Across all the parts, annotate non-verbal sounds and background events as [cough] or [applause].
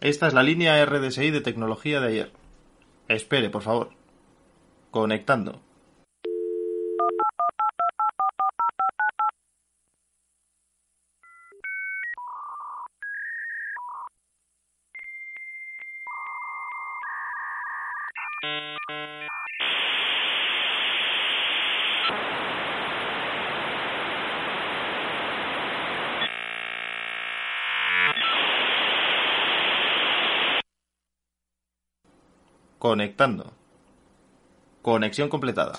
Esta es la línea RDSI de tecnología de ayer. Espere, por favor. Conectando. Conectando. Conexión completada.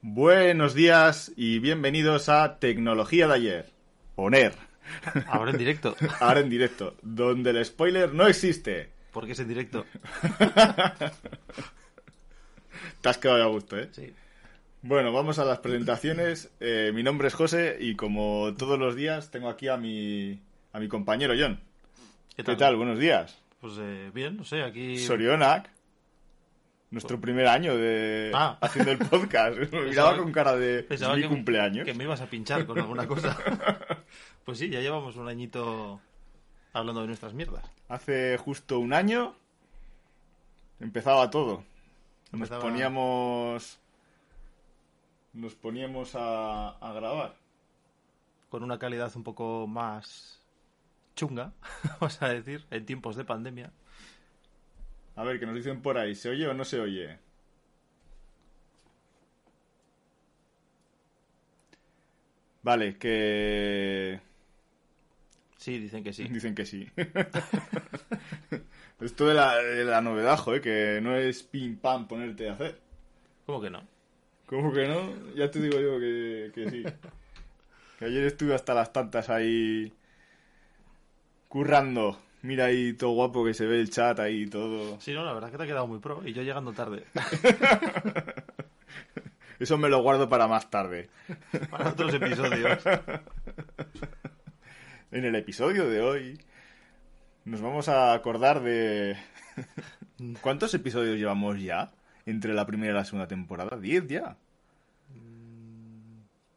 Buenos días y bienvenidos a Tecnología de ayer. Poner. Ahora en directo. Ahora en directo, donde el spoiler no existe. ¿Por qué es en directo? Te has quedado a gusto, ¿eh? Sí. Bueno, vamos a las presentaciones. Eh, mi nombre es José y como todos los días tengo aquí a mi, a mi compañero John. ¿Qué ¿Qué tal? Buenos días. Pues eh, bien, no sé, aquí... Sorionak. Nuestro primer año de Ah. haciendo el podcast. [laughs] Me miraba con cara de "Es pensaba mi que- cumpleaños. Que me ibas a pinchar con alguna [laughs] cosa. Pues sí, ya llevamos un añito hablando de nuestras mierdas. Hace justo un año empezaba todo. Empezaba- Nos poníamos nos poníamos a, a grabar. Con una calidad un poco más chunga, [laughs] vamos a decir, en tiempos de pandemia. A ver, que nos dicen por ahí, ¿se oye o no se oye? Vale, que Sí, dicen que sí. [laughs] Dicen que sí. Esto de la, de la novedad, joder, que no es pim pam ponerte a hacer. ¿Cómo que no? ¿Cómo que no? Ya te digo yo que, que sí. Que ayer estuve hasta las tantas ahí currando. Mira ahí todo guapo que se ve el chat ahí todo. Sí, no, la verdad es que te ha quedado muy pro y yo llegando tarde. Eso me lo guardo para más tarde. Para otros episodios. En el episodio de hoy nos vamos a acordar de... [laughs] ¿Cuántos episodios llevamos ya? Entre la primera y la segunda temporada. ¿Diez ya?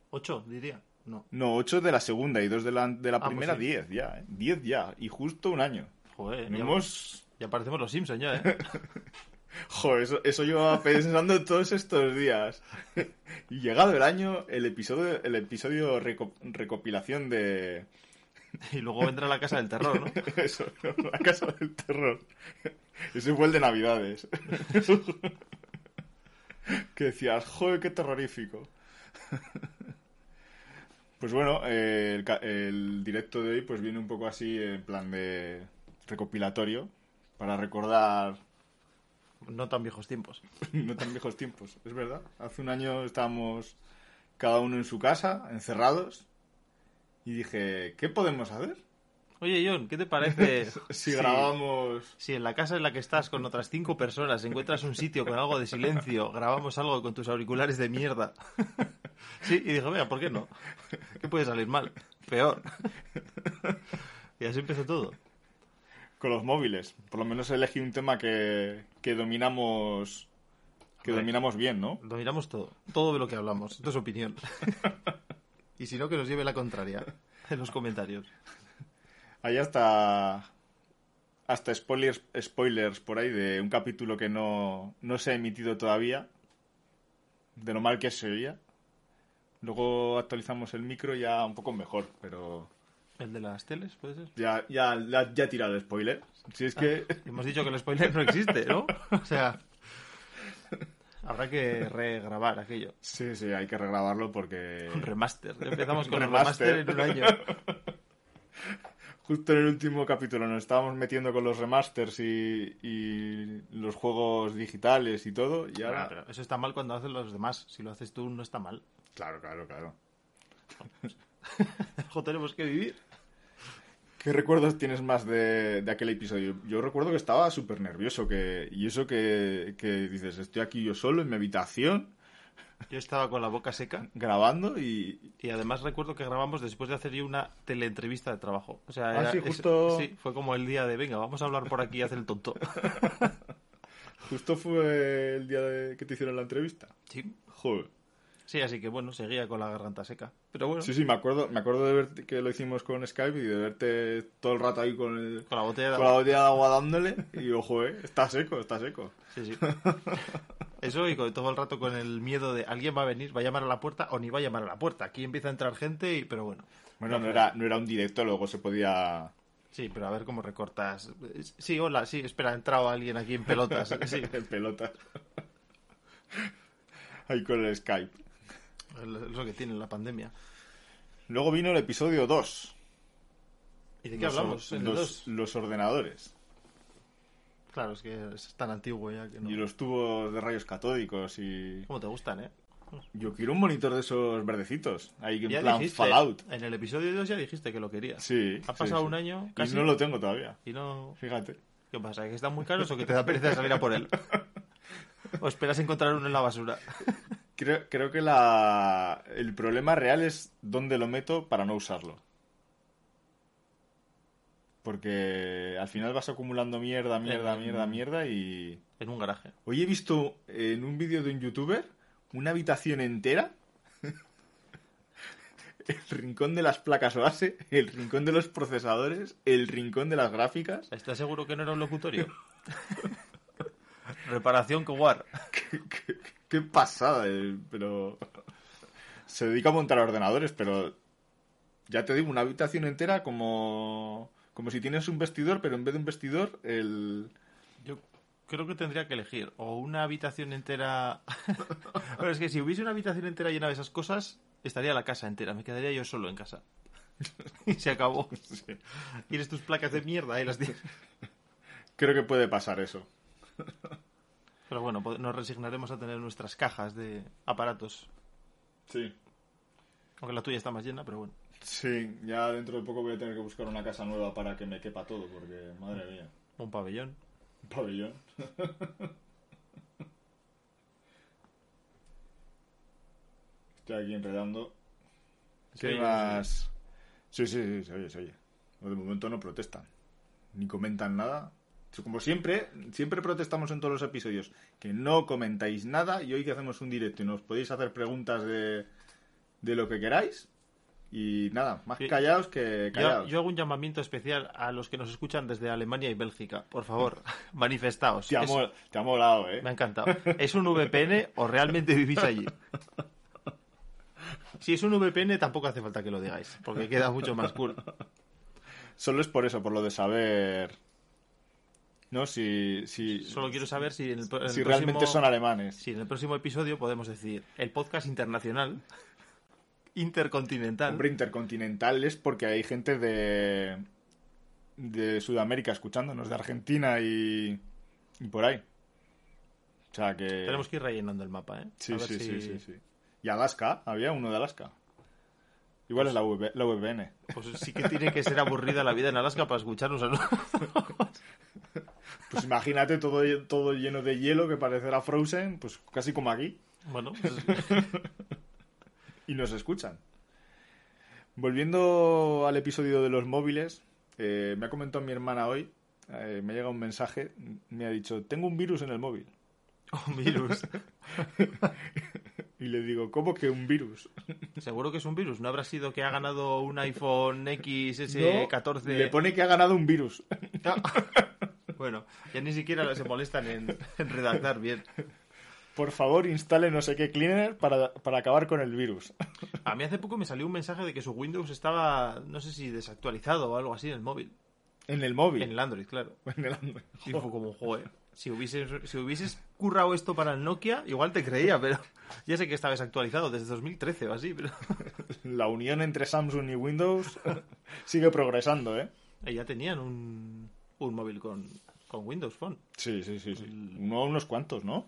Ocho, diría. No. No, 8 de la segunda y 2 de la, de la Ah, primera, pues sí. 10 ya. ¿eh? 10 ya. Y justo un año. Joder, No ya, hemos... ya parecemos los Simpsons ya, ¿eh? Joder, eso, eso llevaba pensando todos estos días. [laughs] Y llegado el año, el episodio, el episodio reco- recopilación de... [laughs] Y luego vendrá la casa del terror, ¿no? Eso, ¿no? la casa del terror. Ese fue el de Navidades. [laughs] Que decías, joder, qué terrorífico. [laughs] Pues bueno, eh, el, ca- el directo de hoy pues viene un poco así en plan de recopilatorio para recordar No tan viejos tiempos. [laughs] no tan viejos tiempos, es verdad. Hace un año estábamos cada uno en su casa, encerrados, y dije, ¿qué podemos hacer? Oye, John, ¿qué te [laughs] parece Si grabamos si en la casa en la que estás con otras cinco personas encuentras un sitio con algo de silencio, grabamos algo con tus auriculares de mierda? [laughs] Sí, y dije, venga, ¿por qué no? ¿Qué puede salir mal? Peor. Y así empezó todo. Con los móviles. Por lo menos elegí un tema que, que dominamos. Que Hombre. dominamos bien, ¿no? Lo miramos todo, todo de lo que hablamos. Esto es [laughs] opinión. Y si no, que nos lleve la contraria en los comentarios. Hay hasta. Hasta spoilers, spoilers por ahí de un capítulo que no, no se ha emitido todavía. De lo mal que se oía. Luego actualizamos el micro ya un poco mejor, pero. ¿El de las teles, puede ser? Ah, Ya, ya, ya, ya he tirado el spoiler. Si es que. Hemos dicho que el spoiler no existe, ¿no? [laughs] O sea, habrá que regrabar aquello. Sí, sí, hay que regrabarlo porque. Un remaster. Empezamos con Remaster. el remaster en un año. Justo en el último capítulo nos estábamos metiendo con los remasters y, y los juegos digitales y todo. Y Claro, ahora... pero eso está mal cuando hacen los demás. Si lo haces tú, no está mal. Claro, claro, claro. Ojo, tenemos que vivir. ¿Qué recuerdos tienes más de, de aquel episodio? Yo recuerdo que estaba súper nervioso que, y eso que, que dices, estoy aquí yo solo en mi habitación Yo estaba con la boca seca grabando y... y además recuerdo que grabamos después de hacer yo una teleentrevista de trabajo. O sea, Ah, era- sí, es- justo- sí, fue como el día de, venga, vamos a hablar por aquí y hacer el tonto. [laughs] Justo fue el día de- que te hicieron la entrevista. Sí, Joder. Sí, así que bueno, seguía con la garganta seca. Pero bueno, Sí, sí, me acuerdo, me acuerdo de verte que lo hicimos con Skype y de verte todo el rato ahí con, el- con la botella de con la agua. botella de agua dándole. Y ojo, eh, está seco, está seco. Sí, sí. [laughs] Eso y con, todo el rato con el miedo de alguien va a venir, va a llamar a la puerta o ni va a llamar a la puerta. Aquí empieza a entrar gente y... Pero bueno, Bueno, no era, no era un directo, luego se podía. sí, pero a ver cómo recortas. Sí, hola, sí, espera, ha entrado alguien aquí en pelotas. [laughs] Sí, [laughs] en pelota. Ahí con el Skype. es lo que tiene la pandemia. Luego vino el episodio 2. ¿Y de qué hablamos? En el los, 2. los ordenadores. Claro, es que es tan antiguo ya que Y no. los tubos de rayos catódicos y... ¿Cómo te gustan, eh? Yo quiero un monitor de esos verdecitos. Ahí en Ya plan dijiste, Fallout. En el episodio 2 ya dijiste que lo querías. Sí. Ha sí, pasado sí. un año Y casi. no lo tengo todavía. y no- Fíjate. ¿Qué pasa? ¿Que están muy caros o que te da [laughs] pereza salir a por él? ¿O esperas encontrar uno en la basura? Creo, creo que la... el problema real es dónde lo meto para no usarlo. Porque al final vas acumulando mierda, mierda, Eh, mierda, mierda y... En un garaje. Hoy he visto en un vídeo de un youtuber una habitación entera. [laughs] El rincón de las placas base, el rincón de los procesadores, el rincón de las gráficas. ¿Estás seguro que no era un [laughs] locutorio? Reparación Kowar. Qué pasada, eh, pero... Se dedica a montar ordenadores, pero... Ya te digo, una habitación entera como... Como si tienes un vestidor, pero en vez de un vestidor, el... Yo creo que tendría que elegir o una habitación [laughs] entera... Pero es que si hubiese una habitación entera llena de esas cosas, estaría la casa entera. Me quedaría yo solo en [laughs] casa. y se acabó. Tienes tus placas de mierda ahí las tienes. Creo que puede pasar eso. Pero bueno, pod- nos resignaremos a tener nuestras cajas de aparatos. Sí. Aunque la tuya está más llena, pero bueno. Sí, ya dentro de poco voy a tener que buscar una casa nueva para que me quepa todo, porque madre mía, Un pabellón. un pabellón. Estoy aquí enredando. Se ¿Qué oye, más? Sí, sí, sí, se oye, se oye. No, De momento no protestan, ni comentan nada. Como siempre, siempre protestamos en todos los episodios que no comentáis nada y hoy que hacemos un directo y nos podéis hacer preguntas de, de lo que queráis. Y nada, más Sí. callaos que Yo, callaos. yo hago un llamamiento especial a los que nos escuchan desde Alemania y Bélgica. Por favor, [laughs] manifestaos. Te, ha Es- mol- te ha molado, ¿eh? me ha encantado. ¿Es un VPN o realmente vivís [laughs] allí? Si es un VPN, tampoco hace falta que lo digáis, porque queda mucho más cool. Solo es por eso, por lo de saber. No, si. si Solo quiero saber si en el, pro- en el si próximo- realmente son alemanes. si en el próximo episodio podemos decir el podcast internacional, [laughs] intercontinental. Hombre, intercontinental es porque hay gente de, de Sudamérica escuchándonos, de Argentina y, y por ahí. O sea que... Tenemos que ir rellenando el mapa, ¿eh? Sí, A ver sí, si- sí, sí, sí. Y Alaska, había uno de Alaska. Igual es la, VB la VPN. Pues sí que tiene que ser aburrida la vida en Alaska para escucharnos a nosotros. Pues imagínate todo, lle- todo lleno de hielo que parecerá Frozen, pues casi como aquí, [laughs] Bueno, pues, [laughs] y nos escuchan. Volviendo al episodio de los móviles, eh, me ha comentado mi hermana hoy, eh, me ha llegado un mensaje, me ha dicho, tengo un virus en el móvil. un virus. Y le digo, ¿cómo que un virus? Seguro que es un virus. No habrá sido que ha ganado un iPhone No, XS14. Le pone que ha ganado un virus. Bueno, ya ni siquiera se molestan en, en redactar bien. Por favor, instale no sé qué cleaner para, para acabar con el virus. A mí hace poco me salió un mensaje de que su Windows estaba, no sé si desactualizado o algo así en el móvil. En el móvil. En el Android, claro. En el Android. Y fue como, joder, si hubieses, si hubieses currado esto para el Nokia, igual te creía, pero ya sé que estaba desactualizado desde 2013 o así, pero... La unión entre Samsung y Windows [laughs] sigue progresando, ¿eh? Eh, Ya tenían un, un móvil con, con Windows Phone, Sí, sí, sí. sí. Uno, unos cuantos, ¿no?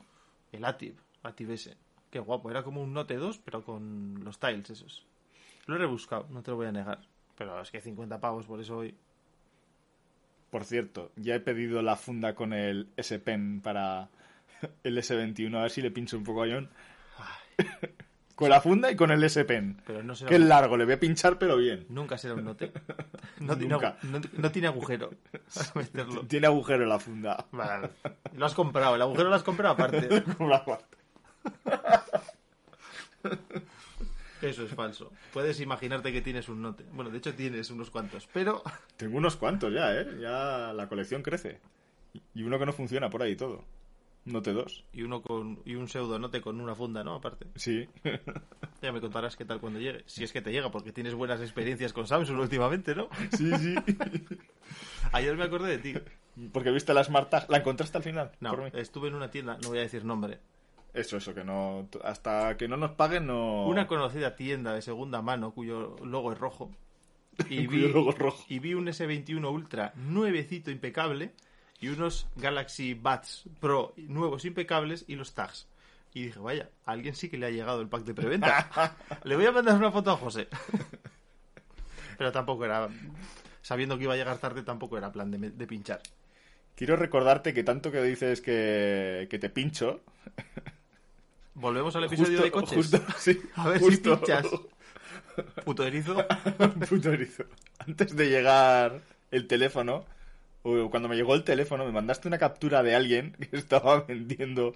el Active, Active S. Qué guapo, era como un Note 2, pero con los tiles esos. Lo he rebuscado, no te lo voy a negar. Pero es que 50 pavos por eso hoy. Por cierto, ya he pedido la funda con el S-Pen para [laughs] el S21. A ver si le pincho un poco a John. [laughs] Con la funda y con el S-Pen. Pero no será Que es un- largo, le voy a pinchar, pero bien. Nunca será un [laughs] Note. No, tiene, Nunca. agu- no, no tiene agujero para meterlo. Tiene agujero en la funda. [laughs] Vale, Lo has comprado, el agujero lo has comprado aparte. Como la parte. Eso es falso. Puedes imaginarte que tienes un note. Bueno, de hecho tienes unos cuantos, pero Tengo unos cuantos ya, ¿eh? Ya la colección crece. Y uno que no funciona por ahí todo. Note 2. y uno con y un pseudonote con una funda, ¿no? Aparte. Sí. [laughs] Ya me contarás qué tal cuando llegue, si es que te llega porque tienes buenas experiencias con Samsung últimamente, [laughs] ¿no? sí, sí. Ayer me acordé de ti. Porque viste la Smart Tag. ¿La encontraste al final? No, eh. por mí? estuve en una tienda, no voy a decir nombre. Eso, eso, que no. Hasta que no nos paguen, no. Una conocida tienda de segunda mano cuyo logo es rojo. [laughs] Y Cuyo logo es rojo. y vi un S21 Ultra nuevecito impecable y unos Galaxy Buds Pro nuevos impecables y los tags. Y dije, vaya, a alguien sí que le ha llegado el pack de [laughs] preventa. le voy a mandar una foto a José. [laughs] Pero tampoco era... Sabiendo que iba a llegar tarde, tampoco era plan de, me- de pinchar. Quiero recordarte que tanto que dices que, que te pincho. Volvemos al episodio de coches. Justo, [laughs] sí, A ver si justo. [laughs] pinchas. Puto erizo. Puto erizo. Antes de llegar el teléfono, o cuando me llegó el teléfono, me mandaste una captura de alguien que [laughs] estaba vendiendo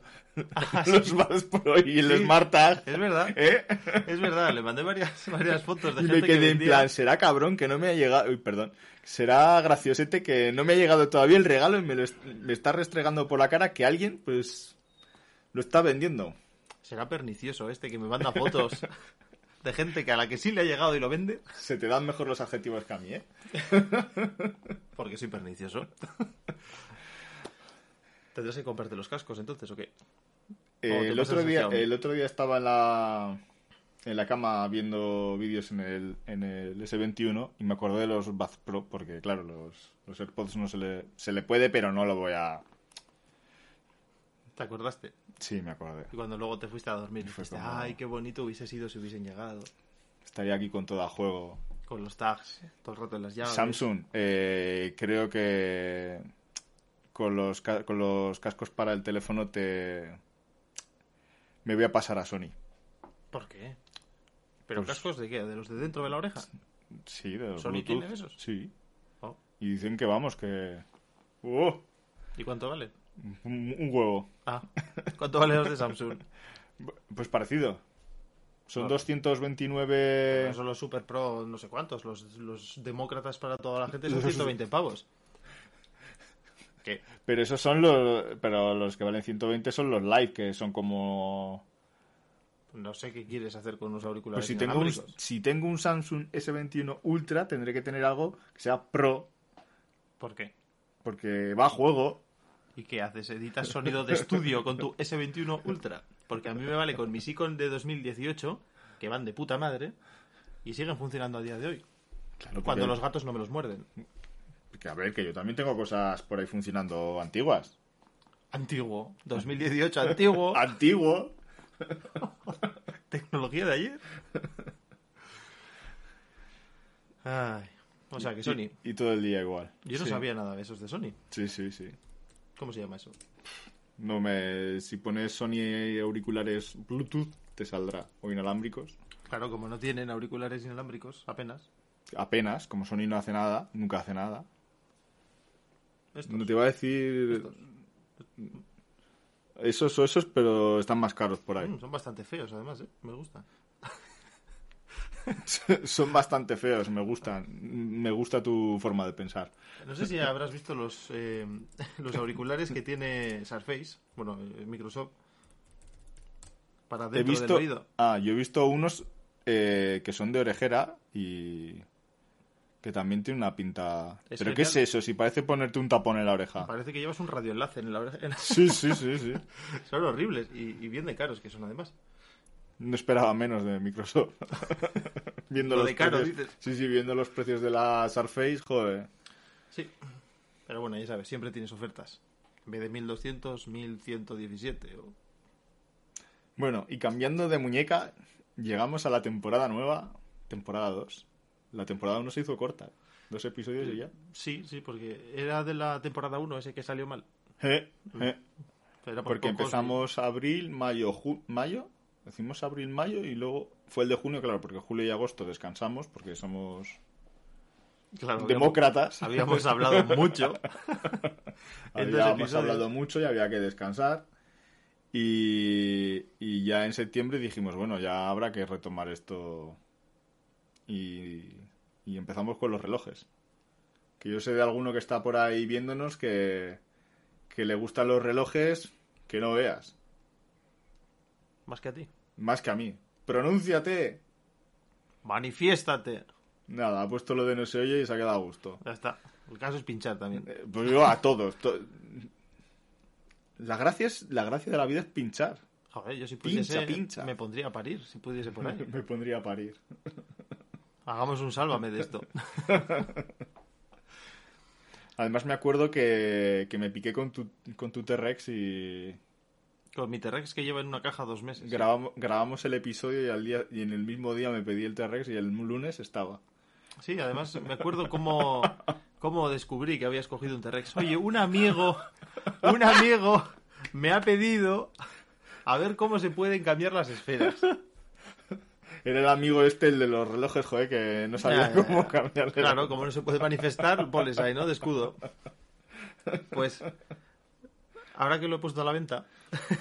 [laughs] los Buds Pro y el Ah, Sí. Smart Tag. Es verdad. ¿eh? Es verdad. Le mandé varias, [laughs] varias fotos de Y me gente que quedé en vendía. plan, será cabrón que no me ha llegado... Uy, perdón. Será graciosete que no me ha llegado todavía el regalo y me lo est- me está restregando por la cara que alguien, pues, lo está vendiendo. Será pernicioso este que me manda [laughs] fotos de gente que a la que sí le ha llegado y lo vende. Se te dan mejor los adjetivos que a mí, ¿eh? Porque soy pernicioso. [laughs] ¿Tendrás que comprarte los cascos entonces o qué? Eh, Oh, te el, pasas otro día, asociado. el otro día estaba en la, en la cama viendo vídeos en el, en el S21 y me acordé de los Buds Pro, porque claro, los, los AirPods no se le, se le puede, pero no lo voy a... ¿Te acordaste? Sí, me acordé. Y cuando luego te fuiste a dormir, Fue dijiste, como- ay, qué bonito hubiese sido si hubiesen llegado. Estaría aquí con todo a juego. Con los tags, todo el rato en las llaves. Samsung, eh, creo que con los, ca- con los cascos para el teléfono te... Me voy a pasar a Sony. ¿Por qué? ¿Pero Pues- cascos de qué? ¿De los de dentro de la oreja? Sí, de los ¿Sony Bluetooth. tiene esos? Sí. Oh. Y dicen que vamos, que... ¡Oh! ¿Y cuánto [laughs] vale? Un, un huevo. Ah, ¿cuánto valen los de Samsung? Pues parecido. Son Ah. 229... No son los Super Pro, no sé cuántos, los, los demócratas para toda la gente son Los- 120 pavos. ¿Qué? Pero esos son los... Pero los que valen 120 son los live, que son como... No sé qué quieres hacer con unos auriculares. Pues si tengo, un, inalámbricos. si tengo un Samsung S21 Ultra, tendré que tener algo que sea Pro, ¿Por qué? porque va a juego. ¿Y qué haces? ¿Editas sonido de estudio con tu S21 Ultra? Porque a mí me vale con mis Icon de 2018, que van de puta madre, y siguen funcionando a día de hoy. Claro, Cuando porque- los gatos no me los muerden. porque, a ver, que yo también tengo cosas por ahí funcionando antiguas. Antiguo. 2018, antiguo. [laughs] Antiguo. Tecnología de ayer. Ay. O sea que Sony. Y, y todo el día igual. Yo no Sí. sabía nada de esos de Sony. Sí, sí, sí. ¿Cómo se llama eso? No me... Si pones Sony auriculares Bluetooth, te saldrá. O inalámbricos. Claro, como no tienen auriculares inalámbricos, apenas. Apenas, como Sony no hace nada, nunca hace nada. Estos, No te va a decir estos. esos o esos, pero están más caros por ahí. Mm, son bastante feos, además, ¿eh? Me gustan. [laughs] Son bastante feos, me gustan. Me gusta tu forma de pensar. No sé si habrás visto los, eh, [laughs] los auriculares que tiene Surface, bueno, eh, Microsoft, para He dentro del visto, oído. ah, yo he visto unos eh, que son de orejera y que también tiene una pinta. Es ¿Pero qué es genial. eso? Si parece ponerte un tapón en la oreja. Parece que llevas un radioenlace en la oreja. [laughs] en la- Sí, sí, sí, sí. Son horribles y, y bien de caros que son, además. No esperaba menos de Microsoft. [laughs] viendo Lo los de caro, precios- dices. Sí, sí, viendo los precios de la Surface, joder. Sí. Pero bueno, ya sabes, siempre tienes ofertas. En vez de 1200, 1117. o- Bueno, y cambiando de muñeca, llegamos a la temporada nueva, temporada 2. La temporada 1 se hizo corta, dos episodios y ya. Sí, sí, porque era de la temporada 1 ese que salió mal. Eh, Pues eh. Era por Porque pocos, empezamos abril, mayo, ju- mayo. Decimos abril, mayo y luego fue el de junio, claro, porque julio y agosto descansamos porque somos y- claro, habíamos- demócratas. Habíamos [laughs] hablado mucho. en dos Habíamos pues, episodios. hablado mucho y había que descansar. Y, y ya en septiembre dijimos, bueno, ya habrá que retomar esto. Y, y empezamos con los relojes. Que yo sé de alguno que está por ahí viéndonos que, que le gustan los relojes, que no veas. Más que a ti. Más que a mí. ¡Pronúnciate! Manifiéstate. Nada, ha puesto lo de no se oye y se ha quedado a gusto. Ya está. El caso es pinchar también. Eh, Pues digo a todos. to- La, gracia es- la gracia de la vida es pinchar. [laughs] Joder, yo si Pincha, pudiese pincha. me pondría a parir, si pudiese por ahí. Me pondría a parir. Hagamos un sálvame de esto. Además me acuerdo que, que me piqué con tu, con tu T-Rex y Con mi T-Rex que lleva en una caja dos meses. grabamos, grabamos el episodio y, al día, y en el mismo día me pedí el T-Rex y el lunes estaba. Sí, además me acuerdo cómo, cómo descubrí que había escogido un T-Rex. Oye, un amigo, un amigo me ha pedido a ver cómo se pueden cambiar las esferas. Era el amigo este, el de los relojes, joder, que no Ya, sabía ya, ya. cómo cambiarle. la- Claro, como no se puede manifestar, pones ahí, ¿no? De escudo. Pues ahora que lo he puesto a la venta,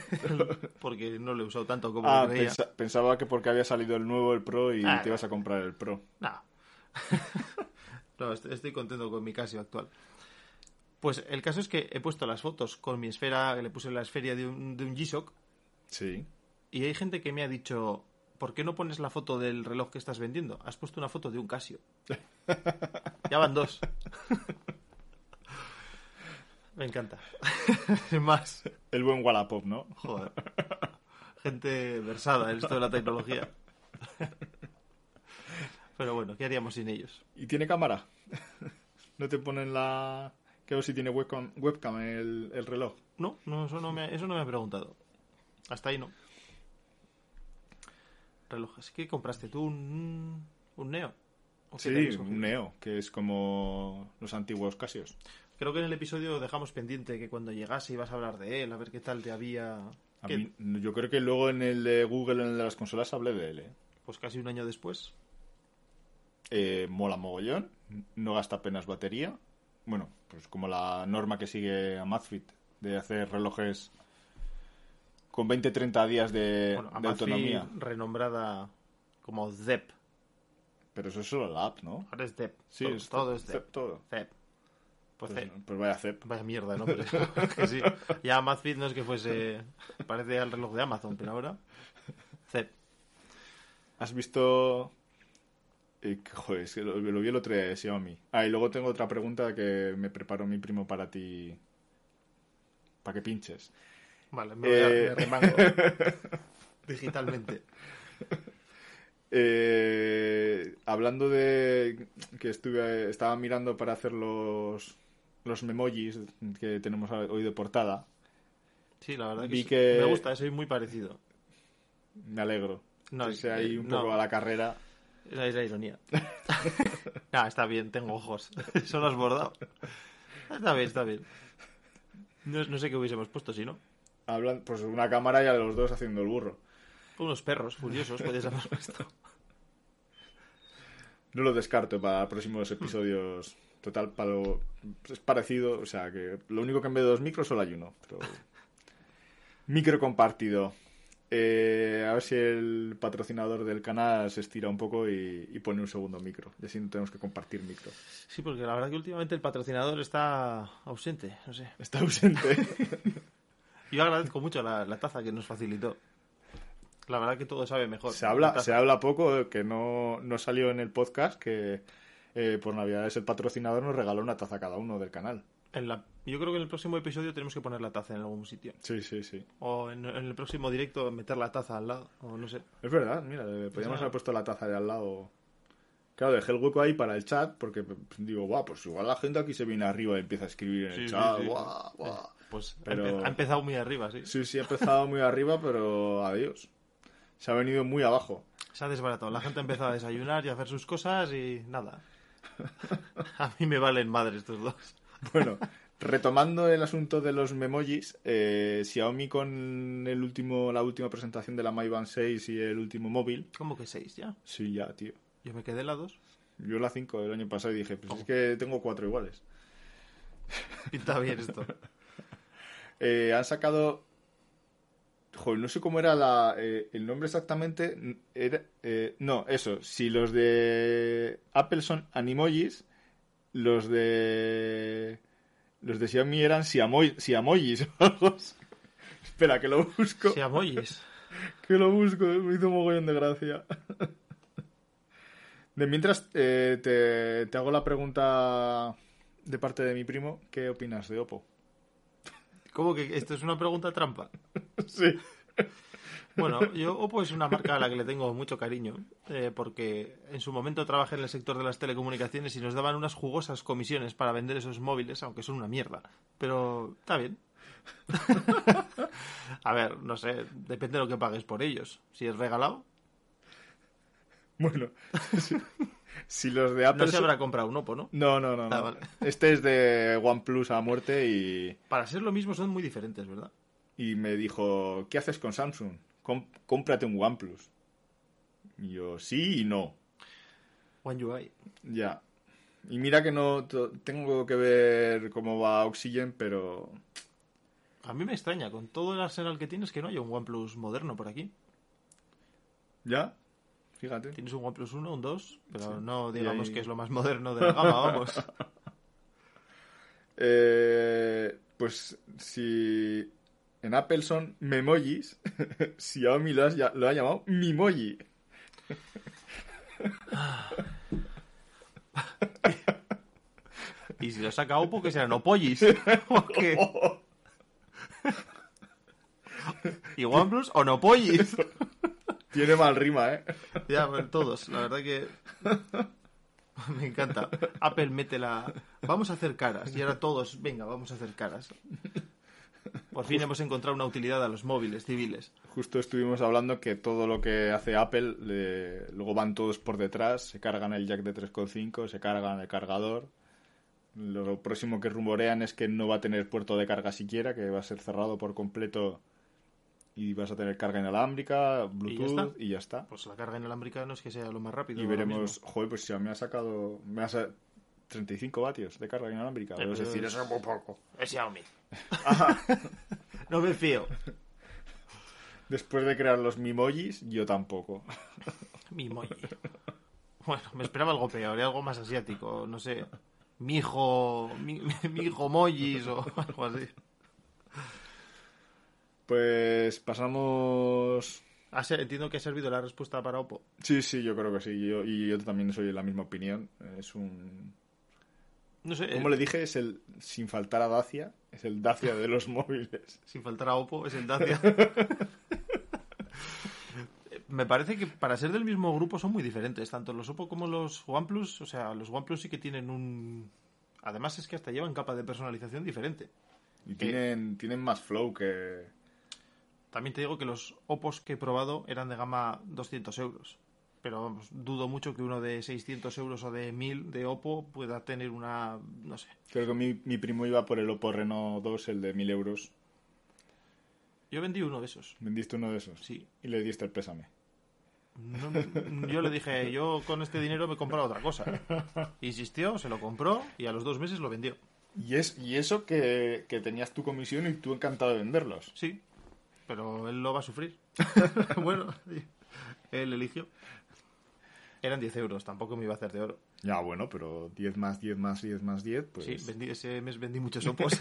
[laughs] porque no lo he usado tanto como Ah, creía. pensa- pensaba que porque había salido el nuevo, el Pro, y Ah, te ibas a comprar el Pro. Nah. [laughs] no, est- estoy contento con mi Casio actual. Pues el caso es que he puesto las fotos con mi esfera, le puse la esfera de un, de un G-Shock Sí. y hay gente que me ha dicho, ¿por qué no pones la foto del reloj que estás vendiendo? Has puesto una foto de un Casio. ya van dos. me encanta. [laughs] Sin más. El buen Wallapop, ¿no? Joder. Gente versada en esto de la tecnología. Pero bueno, ¿qué haríamos sin ellos? ¿Y tiene cámara? [laughs] ¿No te ponen la...? Creo si tiene webcam, webcam el, el reloj. No, no, eso no me, eso no me ha preguntado. Hasta ahí no. Relojes. ¿Qué compraste tú? ¿Un, un Neo? ¿O qué te Sí, habías cogido? un Neo, que es como los antiguos Casios. Creo que en el episodio dejamos pendiente que cuando llegase ibas a hablar de él, a ver qué tal te había... A ¿Qué? mí- yo creo que luego en el de Google, en el de las consolas, hablé de él. ¿eh? Pues casi un año después. Eh, mola mogollón, no gasta apenas batería. Bueno, pues como la norma que sigue Amazfit de hacer relojes con 20-30 días de, bueno, Eh, de Amazfit, autonomía. renombrada como ZEP. Pero eso es solo la app, ¿no? Ahora es ZEP. Sí, todo, es todo es Zep, ZEP. todo. ZEP. Pues, Pues, ZEP. pues vaya CEP. Vaya [laughs] mierda, ¿no? Pero es [laughs] que sí. Ya Amazfit no es que fuese... Parece al reloj de Amazon, pero ahora... ZEP. ¿Has visto...? eh, que, joder, es que lo, lo vi el otro día de Xiaomi. Ah, y luego tengo otra pregunta que me preparó mi primo para ti. Para que pinches. Vale, me, voy a- Eh. me [laughs] remango. Digitalmente. Eh, hablando de que estuve estaba mirando para hacer los los memojis que tenemos hoy de portada. Sí, la verdad que, Vi sí. que- me gusta, soy muy parecido. Me alegro. No, No, eh, ahí un no. poco a la carrera. Esa es la [laughs] ironía. [laughs] no, está bien, tengo ojos. [laughs] Eso lo has bordado. Está bien, está bien. No, no sé qué hubiésemos puesto si no. Hablan, pues una cámara y a los dos haciendo el burro. Unos perros furiosos podías [laughs] haber puesto. No lo descarto para próximos episodios. Total, para lo- es parecido. O sea, que lo único que en vez de dos micros solo hay uno. [laughs] Pero... Micro compartido. Eh, a ver si el patrocinador del canal se estira un poco y, y pone un segundo micro. Y así no tenemos que compartir micro. Sí, porque la verdad que últimamente el patrocinador está ausente, no sé. Está [laughs] ausente. Yo agradezco mucho la, la taza que nos facilitó. La verdad que todo sabe mejor. se, La habla, taza. se habla poco, eh, que no, no salió en el podcast, que eh, por Navidades el patrocinador nos regaló una taza a cada uno del canal. En la- Yo creo que en el próximo episodio tenemos que poner la taza en algún sitio. Sí, sí, sí. O en, en el próximo directo meter la taza al lado, o no sé. Es verdad, mira, le podríamos Claro. haber puesto la taza de al lado. Claro, dejé el hueco ahí para el chat porque pues, digo, guau, pues igual la gente aquí se viene arriba y empieza a escribir en el Sí, sí, chat, sí. guau, guau. Pues ha Pero- empe- ha empezado muy arriba, sí. Sí, sí, ha empezado muy arriba, pero adiós. Se ha venido muy abajo. [laughs] Se ha desbaratado. La gente ha empezado a desayunar y a hacer sus cosas y [laughs] nada. A mí me valen madre estos dos. Bueno, retomando el asunto de los memojis, eh, Xiaomi con el último, la última presentación de la Mi Band 6 y el último móvil, ¿Cómo que seis ya? sí, ya, tío. Yo me quedé la dos. Yo la 5 del año pasado y dije, pues es Oh. que tengo cuatro iguales. [laughs] Pinta bien esto. Eh, han sacado Joder, no sé cómo era la, eh, el nombre exactamente. n- era- eh, no, eso. Si los de Apple son animojis, los de. Los de Xiaomi eran siamoy- siamojis [laughs] o algo así. Espera, que lo busco. Si amoyes. Que lo busco, me hizo mogollón de gracia. De mientras eh, te, te hago la pregunta de parte de mi primo, ¿qué opinas de Oppo? [laughs] ¿Cómo que esto es una pregunta trampa? Sí. Bueno, yo Oppo es una marca a la que le tengo mucho cariño, eh, porque en su momento trabajé en el sector de las telecomunicaciones y nos daban unas jugosas comisiones para vender esos móviles, aunque son una mierda. Pero está bien. [laughs] a ver, no sé, depende de lo que pagues por ellos. Si es regalado, Bueno, [laughs] si, si los de Apple... no se son- habrá comprado un Oppo, ¿no? no, no, no. no. Ah, vale. [laughs] Este es de OnePlus a muerte y, Para ser lo mismo son muy diferentes, ¿verdad? y me dijo, ¿qué haces con Samsung? Com- cómprate un OnePlus. Y yo, sí y no. One UI. Ya. Y mira que no to- tengo que ver cómo va Oxygen, pero A mí me extraña, con todo el arsenal que tienes, que no haya un OnePlus moderno por aquí. ya. Fíjate. Tienes un OnePlus 1, un 2, pero Sí. no Y digamos ahí- que es lo más moderno de la gama, vamos. Eh, pues si en Apple son memojis, [laughs] Xiaomi lo, has ya- lo ha llamado Mimoji. Y si lo saca Oppo, que serán Opollis. [laughs] ¿O [laughs] qué? ¿Y OnePlus o no [laughs] pollis? Tiene mal rima, ¿eh? Ya, bueno, todos. La verdad que. [laughs] Me encanta. Apple mete la. Vamos a hacer caras. Y ahora todos, venga, vamos a hacer caras. Por fin hemos encontrado una utilidad a los móviles civiles. Justo estuvimos hablando que todo lo que hace Apple, le- luego van todos por detrás, se cargan el jack de 3.5, se cargan el cargador. Lo próximo que rumorean es que no va a tener puerto de carga siquiera, que va a ser cerrado por completo y vas a tener carga inalámbrica, Bluetooth está? y ya está. Pues la carga inalámbrica no es que sea lo más rápido. Y ahora veremos, mismo. joder, pues ya me ha sacado me ha sa- 35 vatios de carga inalámbrica. Eh, pero es pero decir, es- eso es muy poco. Es Xiaomi. [laughs] no me fío. Después de crear los Mimojis, yo tampoco. Mi molle. Bueno, me esperaba algo peor, ¿eh? algo más asiático, no sé. Mi hijo, mi, [laughs] mi hijo mollis o algo así. Pues pasamos... Ah, sí, entiendo que ha servido la respuesta para Oppo. Sí, sí, yo creo que sí. Yo, y yo también soy de la misma opinión. Es un... No sé, Como eh, le dije, es el... Sin faltar a Dacia, es el Dacia de los [laughs] móviles. sin faltar a Oppo, es el [laughs] Dacia. Me parece que para ser del mismo grupo son muy diferentes, tanto los Oppo como los OnePlus. O sea, los OnePlus sí que tienen un... Además es que hasta llevan capa de personalización diferente. Y tienen, tienen más flow que... También te digo que los Opos que he probado eran de gama 200 euros. Pero vamos, dudo mucho que uno de 600 euros o de 1000 de Oppo pueda tener una, no sé. Creo que mi, mi primo iba por el Oppo Reno 2, el de 1000 euros. Yo vendí uno de esos. ¿Vendiste uno de esos? Sí. Y le diste el pésame. No- [laughs] yo le dije, yo con este dinero me he comprado otra cosa. Insistió, se lo compró y a los dos meses lo vendió. Y, es, y eso que, que tenías tu comisión y tú encantado de venderlos. Sí, pero él lo va a sufrir. [laughs] bueno, [laughs] él eligió. Eran 10 euros, tampoco me iba a hacer de oro. Ya, bueno, pero 10 más 10 más 10 más 10, pues... Sí, vendí, ese mes vendí muchos [laughs] opos.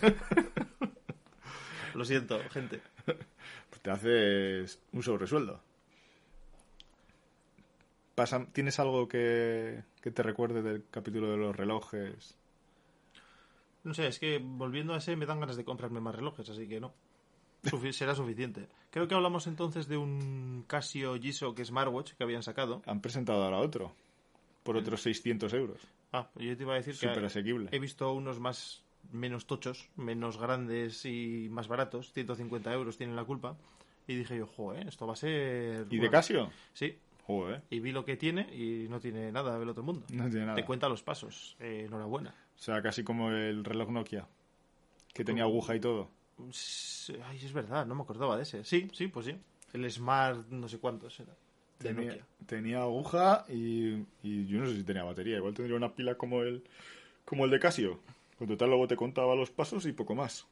Lo siento, gente. pues te haces un sobresueldo. Pasa- ¿Tienes algo que, que te recuerde del capítulo de los relojes? No sé, es que volviendo a ese me dan ganas de comprarme más relojes, así que no. [laughs] Sufi- será suficiente. Creo que hablamos entonces de un Casio G-Shock Smartwatch que habían sacado. Han presentado ahora otro, Mm. por otros 600 euros. Ah, yo te iba a decir que Súper asequible. he visto unos más menos tochos, menos grandes y más baratos. 150 euros tienen la culpa. Y dije yo, joder, esto va a ser... ¿Y de bueno, Casio? Sí, Joder, y vi lo que tiene y no tiene nada del otro mundo. no tiene nada. Te O cuenta los pasos. Eh, enhorabuena. sea, casi como el reloj Nokia, que tenía aguja y todo. Sí, Ay, es verdad, no me acordaba de ese. Sí, sí, pues sí. El Smart, no sé cuántos era. De Tenía, Nokia. tenía aguja y, y yo no sé si tenía batería. Igual tendría una pila como el, como el de Casio. Con total luego te contaba los pasos y poco más.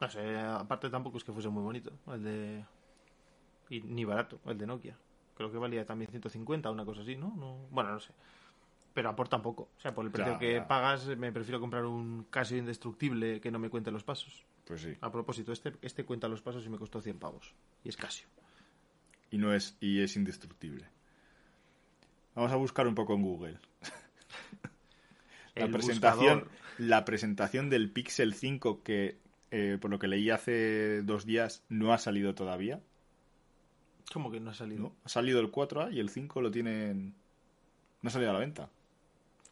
No sé, aparte tampoco es que fuese muy bonito. El de. Y ni barato, el de Nokia. Creo que valía también 150, una cosa así, ¿no? no bueno, no sé. Pero aporta poco. O sea, por el precio Ya, que ya. pagas, me prefiero comprar un casi indestructible que no me cuente los pasos. Pues sí. A propósito, este, este cuenta los pasos y me costó 100 pavos. Y es Casio. Y no es, y es indestructible. Vamos a buscar un poco en Google. La El presentación, buscador- la presentación del Pixel 5 que, eh, por lo que leí hace dos días, no ha salido todavía. ¿Cómo que no ha salido? ¿no? Ha salido el 4A y el 5 lo tienen... No ha salido a la venta.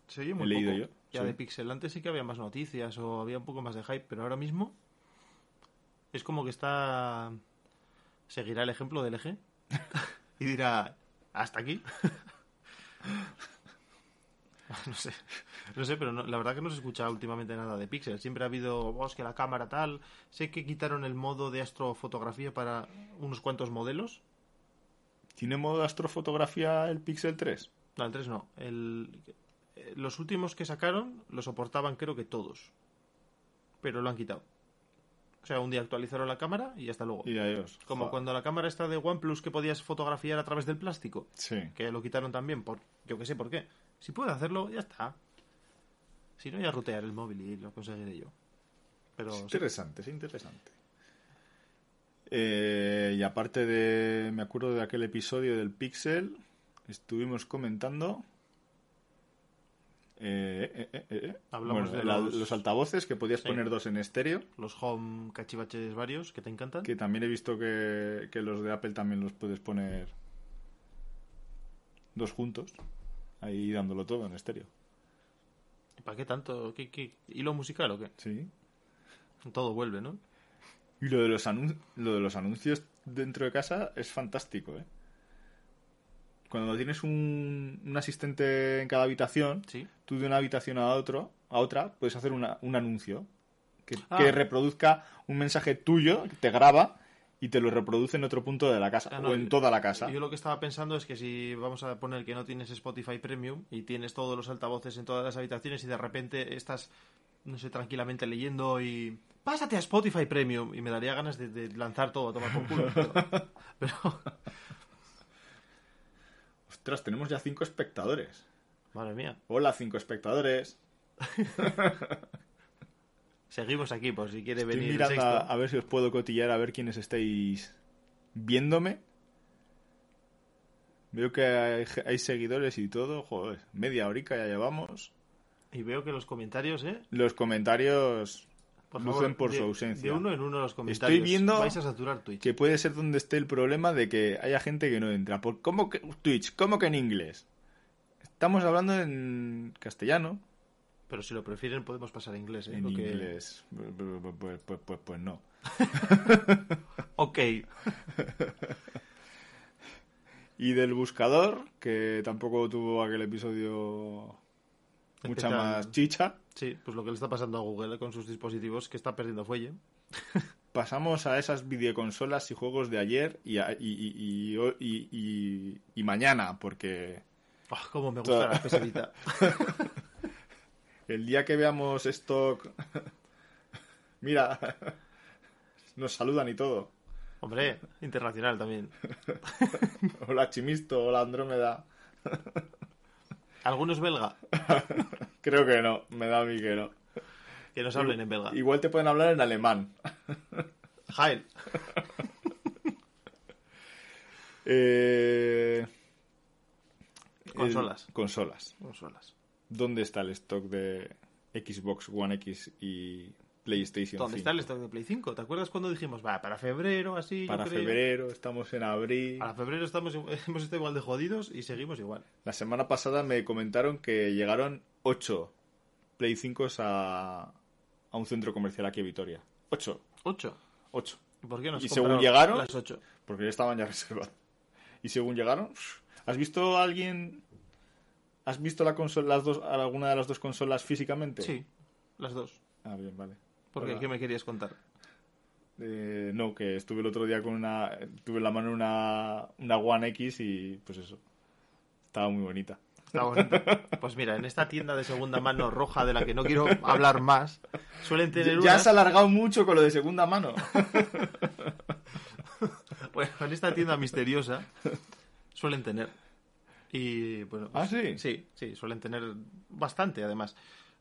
Se oye muy He leído poco. yo, Ya sí. de Pixel antes sí que había más noticias o había un poco más de hype, pero ahora mismo es como que está seguirá el ejemplo del eje [laughs] y dirá hasta aquí. [laughs] no sé, no sé, pero no- la verdad que no se escucha últimamente nada de Pixel. Siempre ha habido voz que la cámara tal. Sé que quitaron el modo de astrofotografía para unos cuantos modelos. ¿Tiene modo de astrofotografía el Pixel 3? No, el 3 no. El- eh, los últimos que sacaron lo soportaban creo que todos. Pero lo han quitado. O sea, un día actualizaron la cámara y hasta luego. Y Ah, adiós. Como Joder. cuando la cámara está de OnePlus que podías fotografiar a través del plástico. Sí. Que lo quitaron también por... Yo que sé por qué. Si puedo hacerlo, ya está. Si no, ya rutear el móvil y lo conseguiré yo. Pero... Es sí. interesante, es interesante. Eh, y aparte de, me acuerdo de aquel episodio del Pixel, estuvimos comentando... eh, eh, eh, eh, eh. Hablamos Bueno, de la- los- los... altavoces, que podías Sí. poner dos en estéreo, Los home cachivaches varios que te encantan. que también he visto que, que los de Apple también los puedes poner dos juntos, ahí dándolo todo en estéreo. ¿Para qué tanto? ¿Qué, qué? ¿Hilo musical o qué? Sí. Todo vuelve, ¿no? Y lo de los, anun- lo de los anuncios dentro de casa es fantástico, ¿eh? Cuando tienes un, un asistente en cada habitación, Sí. tú de una habitación a, otro, a otra puedes hacer una- un anuncio que, Ah. que reproduzca un mensaje tuyo, que te graba y te lo reproduce en otro punto de la casa Ah, no, o en yo- toda la casa. Yo lo que estaba pensando es que si vamos a poner que no tienes Spotify Premium y tienes todos los altavoces en todas las habitaciones y de repente estás, no sé, tranquilamente leyendo y... Pásate a Spotify Premium y me daría ganas de, de lanzar todo a tomar por culo. Pero, [laughs] pero- Ostras, tenemos ya cinco espectadores. Madre mía. Hola, cinco espectadores. Seguimos aquí por si quiere Estoy venir el mirando a, sexto. a ver si os puedo cotillar, a ver quiénes estáis viéndome. Veo que hay, hay seguidores y todo. Joder, media horica ya llevamos. Y veo que los comentarios, ¿eh? Los comentarios Por lucen favor, por de- su ausencia. De uno en uno los comentarios. viendo- Vais a saturar Twitch. Que puede ser donde esté el problema de que haya gente que no entra. Por, ¿Cómo que Twitch? ¿Cómo que en inglés? Estamos hablando en castellano. Pero si lo prefieren podemos pasar a inglés, ¿eh? En Lo que- inglés. Pues, pues- pues- pues- pues no. Ok. Y del buscador, que tampoco tuvo aquel episodio mucha Empieza- más chicha. Sí, pues lo que le está pasando a Google con sus dispositivos que está perdiendo fuelle. Pasamos a esas videoconsolas y juegos de ayer y, a- y- y- y- y- y- y mañana, porque Ah, cómo me gusta la [laughs] pesadita. el día que veamos esto... [laughs] Mira, [laughs] nos saludan y todo. [laughs] Hombre, internacional también. Hola Chimisto, hola Andrómeda. Algunos belga, Creo que no, me da a mí que no. que nos hablen en belga. Igual te pueden hablar en alemán. Heil. Eh, Consolas. el- consolas. Consolas. ¿Dónde está el stock de Xbox One X y PlayStation ¿Dónde 5? está el stock de Play 5? ¿Te acuerdas cuando dijimos, va, para febrero, así? yo Para creo? febrero, estamos en abril. Para febrero estamos, igu- [laughs] hemos estado igual de jodidos y seguimos igual. La semana pasada me comentaron que llegaron 8 Play 5 a, a un centro comercial aquí en Vitoria. 8, ¿Ocho? 8. ¿Y ¿Por qué nos ¿Y según compraron llegaron? Las ocho. Porque ya estaban ya [laughs] reservados. Y según llegaron, ¿has visto a alguien? ¿Has visto la consola, las dos, alguna de las dos consolas físicamente? Sí, las dos. Ah, bien, vale. Porque, Hola. ¿qué me querías contar? Eh, no, que estuve el otro día con una. Tuve en la mano una, una One X y pues eso. Estaba muy bonita. Está [laughs] bonito. Pues mira, en esta tienda de segunda mano roja de la que no quiero hablar más, suelen tener Ya unas... has alargado mucho con lo de segunda [laughs] mano. Bueno, en esta tienda misteriosa suelen tener. Y bueno. pues, ¿Ah, sí? Sí, sí, suelen tener bastante además.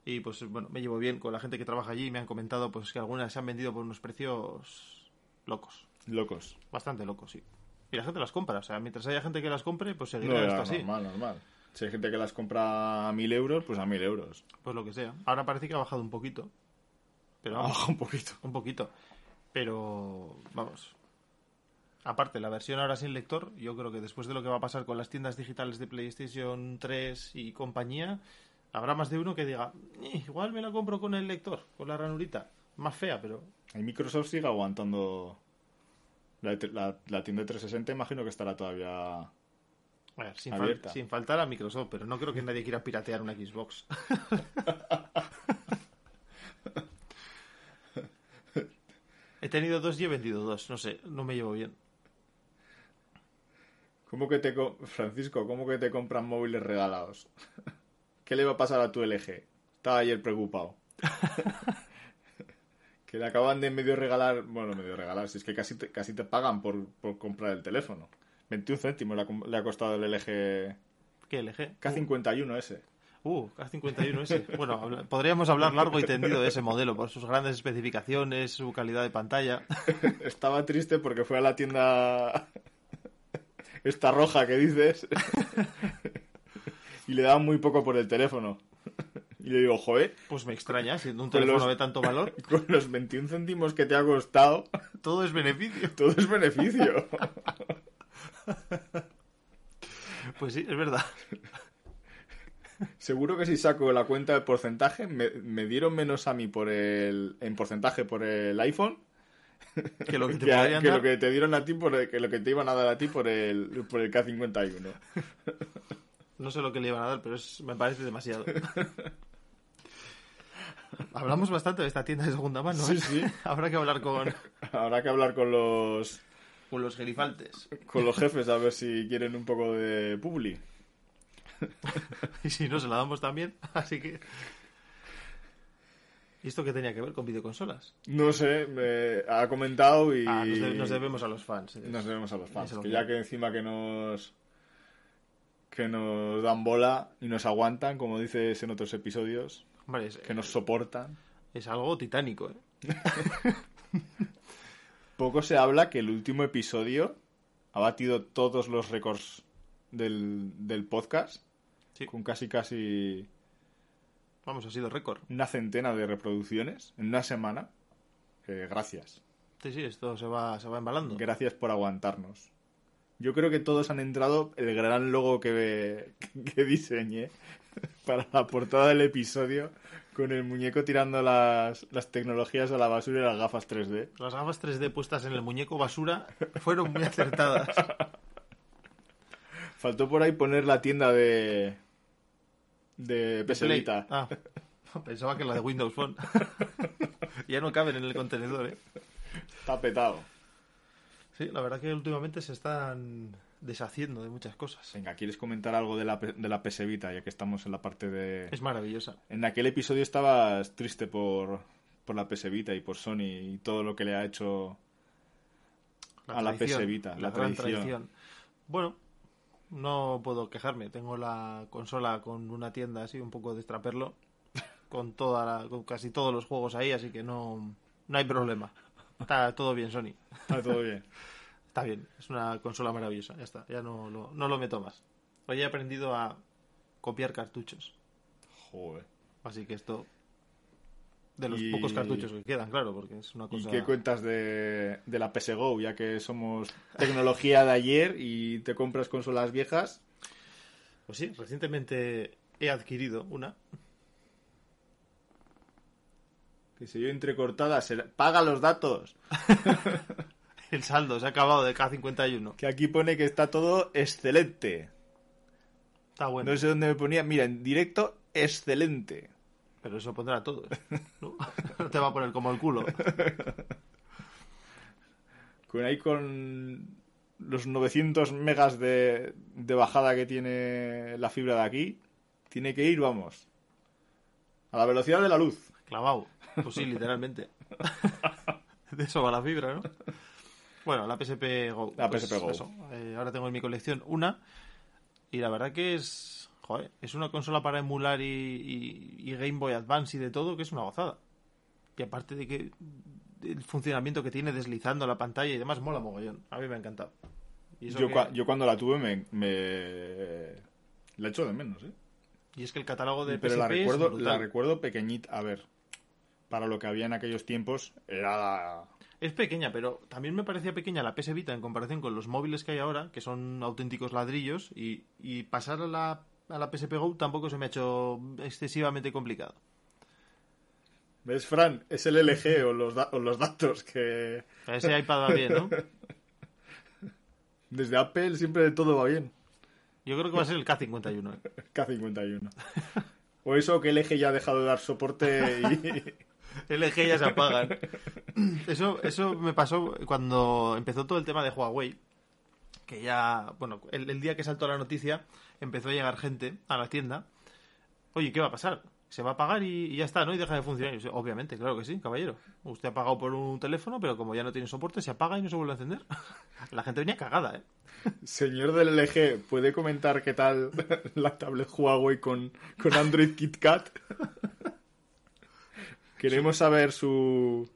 Y pues bueno, me llevo bien con la gente que trabaja allí y me han comentado pues que algunas se han vendido por unos precios locos. Locos. Bastante locos, sí. Y la gente las compra, o sea, mientras haya gente que las compre, pues No, seguirá esto era así. normal, normal. Si hay gente que las compra a mil euros, pues a mil euros. Pues lo que sea. Ahora parece que ha bajado un poquito. Pero vamos, Baja [laughs] un poquito. un poquito. Pero vamos. Aparte, la versión ahora sin lector, yo creo que después de lo que va a pasar con las tiendas digitales de PlayStation 3 y compañía, habrá más de uno que diga, "Eh, igual me la compro con el lector, con la ranurita. Más fea, pero Y Microsoft sigue aguantando. La, de- la- la tienda de 360 imagino que estará todavía... a ver, sin, fal- Abierta. sin faltar a Microsoft, pero no creo que nadie quiera piratear una Xbox. he tenido dos y he vendido dos, no sé, no me llevo bien. ¿Cómo que te... co- Francisco, ¿cómo que te compran móviles regalados? [laughs] ¿Qué le va a pasar a tu LG? Estaba ayer [laughs] preocupado. que le acaban de medio regalar... Bueno, medio regalar, si es que casi te, casi te pagan por, por comprar el teléfono. 21 céntimos le ha, com- le ha costado el LG ¿Qué LG? K51 ese. Uh, K51S. Bueno, habla- podríamos hablar largo y tendido de ese modelo por sus grandes especificaciones, su calidad de pantalla. Estaba triste porque fue a la tienda [laughs] esta roja que dices [laughs] y le daban muy poco por el teléfono. [laughs] Y le digo, joder, Pues me extraña, siendo un Con los- teléfono de tanto valor, con los 21 céntimos que te ha costado, todo es beneficio. todo es beneficio. Pues sí, es verdad. [laughs] Seguro que si saco la cuenta de porcentaje, me, me dieron menos a mí por el, en porcentaje por el iPhone Que lo que te que, a- podrían que dar- lo que te dieron a ti por el- que lo que te iban a dar a ti por el, por el K51. No sé lo que le iban a dar, pero es- me parece demasiado. Hablamos bastante de esta tienda de segunda mano. ¿eh? [laughs] Sí, sí. Habrá que hablar con, Habrá que hablar con los con los gerifaltes. con los jefes a ver si quieren un poco de publi. Y si no, se la damos también. [laughs] Así que... ¿Y esto qué tenía que ver con videoconsolas? No sé, me ha comentado y Ah, nos, de- nos debemos a los fans. eh. nos debemos a los fans. Eso lo Que creo. ya que encima que nos que nos dan bola y nos aguantan, como dices en otros episodios, Hombre, es, que nos soportan. es algo titánico, ¿eh? Poco se habla que el último episodio ha batido todos los récords del, del podcast, Sí. con casi casi Vamos, ha sido récord. una centena de reproducciones en una semana. Eh, gracias. Sí, sí, esto se va, se va embalando. Gracias por aguantarnos. Yo creo que todos han entrado el gran logo que, [laughs] que diseñé [laughs] para la portada del episodio con el muñeco tirando las, las tecnologías a la basura y las gafas 3D. Las gafas 3D puestas en el muñeco basura fueron muy acertadas. Faltó por ahí poner la tienda de [laughs] de PS Play. Vita. Ah, [laughs] pensaba que la de Windows Phone. [laughs] ya no caben en el contenedor, ¿eh? Está petado. Sí, la verdad que últimamente se están deshaciendo de muchas cosas. Venga, ¿quieres comentar algo de la, pe- de la PS Vita, ya que estamos en la parte de... Es maravillosa. En aquel episodio estabas triste por, por la PS Vita y por Sony y todo lo que le ha hecho [laughs] A la traición, PS Vita, la gran traición. traición. Bueno, no puedo quejarme. Tengo la consola con una tienda así, un poco de [laughs] estraperlo, con, toda la- con casi todos los juegos ahí, así que no, no hay problema. Está todo bien, Sony. Ah, todo bien. Está bien, es una consola maravillosa. Ya está, ya no, lo- no lo meto más. Hoy he aprendido a copiar cartuchos. Joder. Así que esto... De los Y- pocos cartuchos que quedan, claro, porque es una ¿Y cosa... qué cuentas de, de la PSGO? Ya que somos tecnología de ayer y te compras consolas viejas. Pues sí, recientemente he adquirido una. Que se yo entrecortada, se- paga los datos. El saldo se ha acabado de K51. Que aquí pone que está todo excelente. Está bueno. No sé dónde me ponía. Mira, en directo, excelente. Pero eso pondrá a [laughs] todos. ¿no? [laughs] No te va a poner como el culo. Con ahí con los 900 megas de, de bajada que tiene la fibra de aquí, tiene que ir, vamos, a la velocidad de la luz. Clavado. Pues sí, literalmente. [laughs] de eso va la fibra, ¿no? Bueno, la PSP Go. La PSP Go. eso. Eh, ahora tengo en mi colección una. Y la verdad que es. Joder, es una consola para emular y, y- y Game Boy Advance y de todo, que es una gozada. Y aparte de que el funcionamiento que tiene deslizando la pantalla y demás, mola mogollón. A mí me ha encantado. Y, eso Yo, que- cua- yo cuando la tuve me, me- la echo de menos, ¿eh? y es que el catálogo de Pero PSP la recuerdo, es la brutal. recuerdo pequeñita. A ver, para lo que había en aquellos tiempos era la- Es pequeña, pero también me parecía pequeña la PS Vita en comparación con los móviles que hay ahora, que son auténticos ladrillos, y, y pasar a la, a la PSP Go tampoco se me ha hecho excesivamente complicado. ¿Ves, Fran? Es el LG o los, da- o los datos que... Ese iPad va bien, [laughs] ¿no? Desde Apple siempre todo va bien. Yo creo que va a ser el K51. ¿eh? [laughs] K51. O eso que LG ya ha dejado de dar soporte y... LG ya se apagan. [laughs] Eso, eso me pasó cuando empezó todo el tema de Huawei. Que ya, bueno, el, el día que saltó la noticia, empezó a llegar gente a la tienda. Oye, ¿qué va a pasar? Se va a pagar y, y ya está, ¿no? Y deja de funcionar. Y yo, Obviamente, claro que sí, caballero. Usted ha pagado por un teléfono, pero como ya no tiene soporte, se apaga y no se vuelve a encender. [laughs] La gente venía cagada, ¿eh? Señor del LG, ¿puede comentar qué tal [laughs] la tablet Huawei con, con [laughs] Android KitKat? Queremos saber su,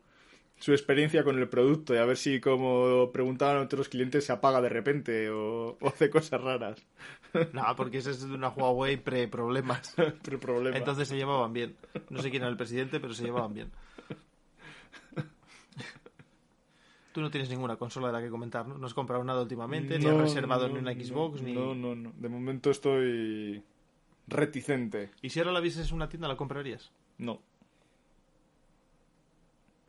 su experiencia con el producto y a ver si, como preguntaban otros clientes, se apaga de repente o, o hace cosas raras. [laughs] No, porque esa es de una Huawei pre-problemas. Pero problema. Entonces se llevaban bien. No sé quién era el presidente, pero se llevaban bien. Tú no tienes ninguna consola de la que comentar, ¿no? No has comprado nada últimamente, ni has No, reservado no, ni una no, Xbox, ni... No, no, no. De momento estoy reticente. ¿Y si ahora la vieses en una tienda, la comprarías? No.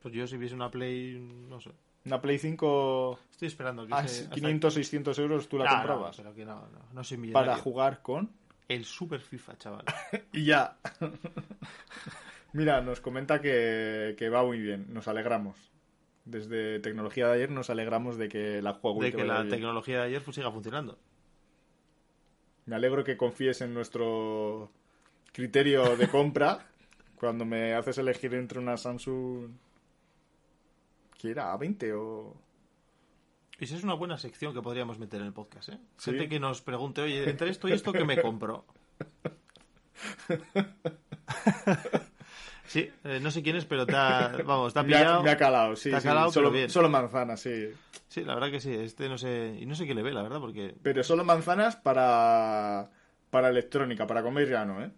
Pues yo si viese una Play, no sé. Una Play 5 Estoy esperando que a se- hasta- 500, 600 euros tú Ah, la Ah, no, comprabas pero que no, no, no soy millonario. para jugar con... El Super FIFA, chaval. Y ya. [laughs] Mira, nos comenta que, que va muy bien. Nos alegramos. Desde tecnología de ayer nos alegramos de que la de Huawei te que vaya la bien. tecnología de ayer pues, siga funcionando. Me alegro que confíes en nuestro criterio de compra cuando me haces elegir entre una Samsung que era A20 o Esa es una buena sección que podríamos meter en el podcast, ¿eh? Sí. Gente que nos pregunte, [laughs] oye, entre esto y esto, ¿qué me compro? sí, eh, no sé quién es, pero te ha, vamos, te ha me ha, pillado. me ha calado, sí, Te ha sí, calado, solo, pero bien. solo manzanas, sí. Sí, la verdad que sí, este no sé, y no sé qué le ve, la verdad, porque Pero solo manzanas para para electrónica, para comer ya no, ¿eh?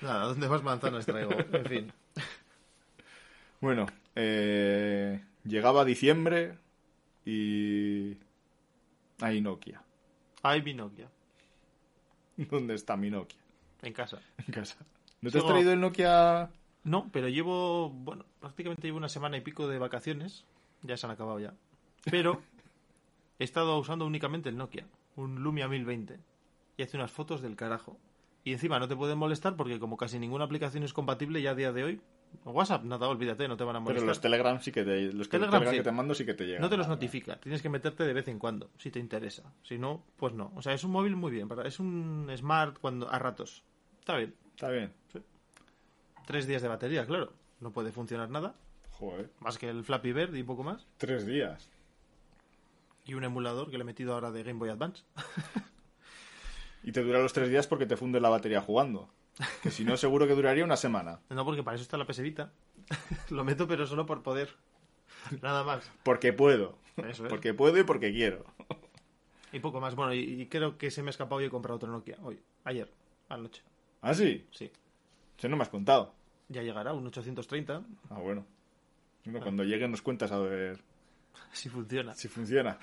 nada, ¿dónde más manzanas traigo? En [laughs] fin. Bueno, eh, llegaba diciembre y... Hay Nokia. [laughs] Ay, mi Nokia, ¿Dónde está mi Nokia? en casa. En casa. ¿No te has Solo- traído el Nokia? No, pero llevo, bueno, prácticamente llevo una semana y pico de vacaciones, ya se han acabado ya. Pero he estado usando únicamente el Nokia, un Lumia 1020, y hace unas fotos del carajo. Y encima no te pueden molestar porque como casi ninguna aplicación es compatible ya a día de hoy, WhatsApp, nada, olvídate, no te van a Pero molestar. los Telegram sí que te... Los que- Telegram Telegram sí. que te mando sí que te llegan. No te los la notifica, tienes que meterte de vez en cuando, si te interesa. Si no, pues no. O sea, es un móvil muy bien, para- es un smart cuando a ratos. Está bien. verdad. Está bien. Tres días de batería, claro. No puede funcionar nada, Joder, más que el Flappy Bird y poco más. tres días. Y un emulador que le he metido ahora de Game Boy Advance. [laughs] Y te dura los tres días porque te funde la batería jugando. Que si no, [laughs] seguro que duraría una semana. No, porque para eso está la PS Vita. [laughs] Lo meto, pero solo por poder. Nada más. Porque puedo. Eso es. Porque puedo y porque quiero. Y poco más. Bueno, y, y creo que se me ha escapado y he comprado otro Nokia. Hoy, ayer, anoche. Ah, sí. Sí. Eso no me has contado. Ya llegará, un 830, Ah, bueno. Bueno, cuando llegue nos cuentas a ver [laughs] si funciona, si funciona.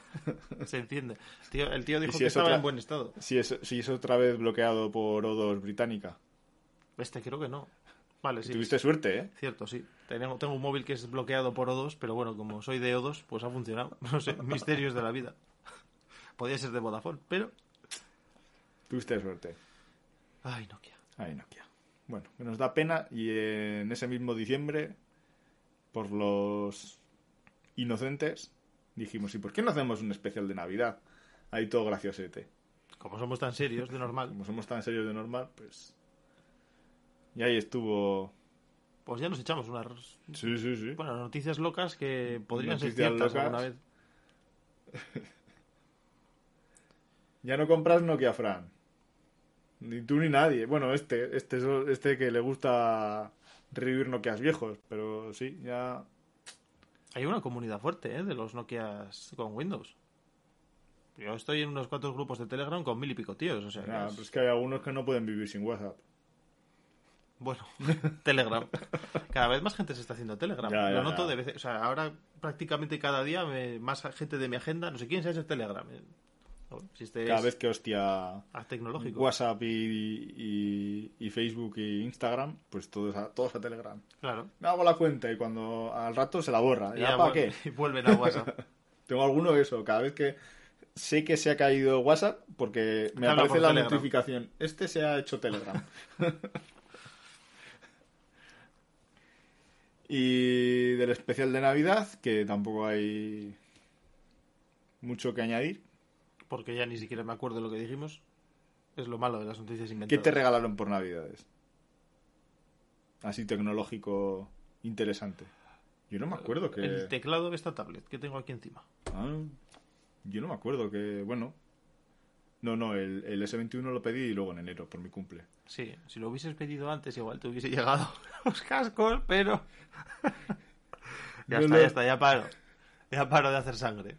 se enciende. Tío, el tío dijo si que es estaba otra- en buen estado. Si es, si es otra vez bloqueado por O2 británica. Este creo que no. Vale, sí. Tuviste suerte, ¿eh? Cierto, sí. Tengo, tengo un móvil que es bloqueado por O2, pero bueno, como soy de O2, pues ha funcionado. [laughs] No sé, misterios de la vida. [laughs] Podía ser de Vodafone, pero... Tuviste suerte. Ay, Nokia. Ahí Nokia. Bueno, que nos da pena y en ese mismo diciembre, por los inocentes, Dijimos, ¿y por qué no hacemos un especial de Navidad? Ahí todo graciosete. Como somos tan serios, de normal, Como somos tan serios de normal, pues... Y ahí estuvo... pues ya nos echamos unas Sí, sí, sí. bueno, noticias locas que podrían ser Noticias ciertas locas. alguna vez. Ya no compras Nokia Fran. Ni tú ni nadie. Bueno, este, este, es- este que le gusta revivir Nokias viejos, pero sí, ya... Hay una comunidad fuerte ¿eh? de los Nokias con Windows. Yo estoy en unos cuantos grupos de Telegram con mil y pico tíos. O sea, que Nada, es- pero es que hay algunos que no pueden vivir sin WhatsApp. Bueno, [laughs] Telegram. Cada vez más gente se está haciendo Telegram. Ya, ya, Lo noto ya. de veces. O sea, ahora prácticamente cada día me- más gente de mi agenda, no sé quién se ha hecho Telegram. Eh, bueno, Existe Cada vez que hostia es tecnológico. WhatsApp y, y- y Facebook y Instagram, pues todos a, todos a Telegram. Claro. Me hago la cuenta y cuando al rato se la borra. ¿Ya, para vuel- qué? y [laughs] vuelven a WhatsApp. Tengo alguno de eso. Cada vez que sé que se ha caído WhatsApp, porque me Te habla aparece por la Telegram. notificación. Este se ha hecho Telegram. [laughs] y del especial de Navidad, que tampoco hay mucho que añadir. Porque ya ni siquiera me acuerdo de lo que dijimos. Es lo malo de las noticias inventadas. ¿Qué te regalaron por Navidades? Así tecnológico interesante. Yo no me acuerdo que... El teclado de esta tablet que tengo aquí encima. Ah, yo no me acuerdo que, bueno. No, no, el, el S21 lo pedí y luego en enero, por mi cumple. Sí, si lo hubieses pedido antes, igual te hubiese [laughs] llegado los cascos, pero. [laughs] ya No está, lo- ya está, ya paro. Ya paro de hacer sangre.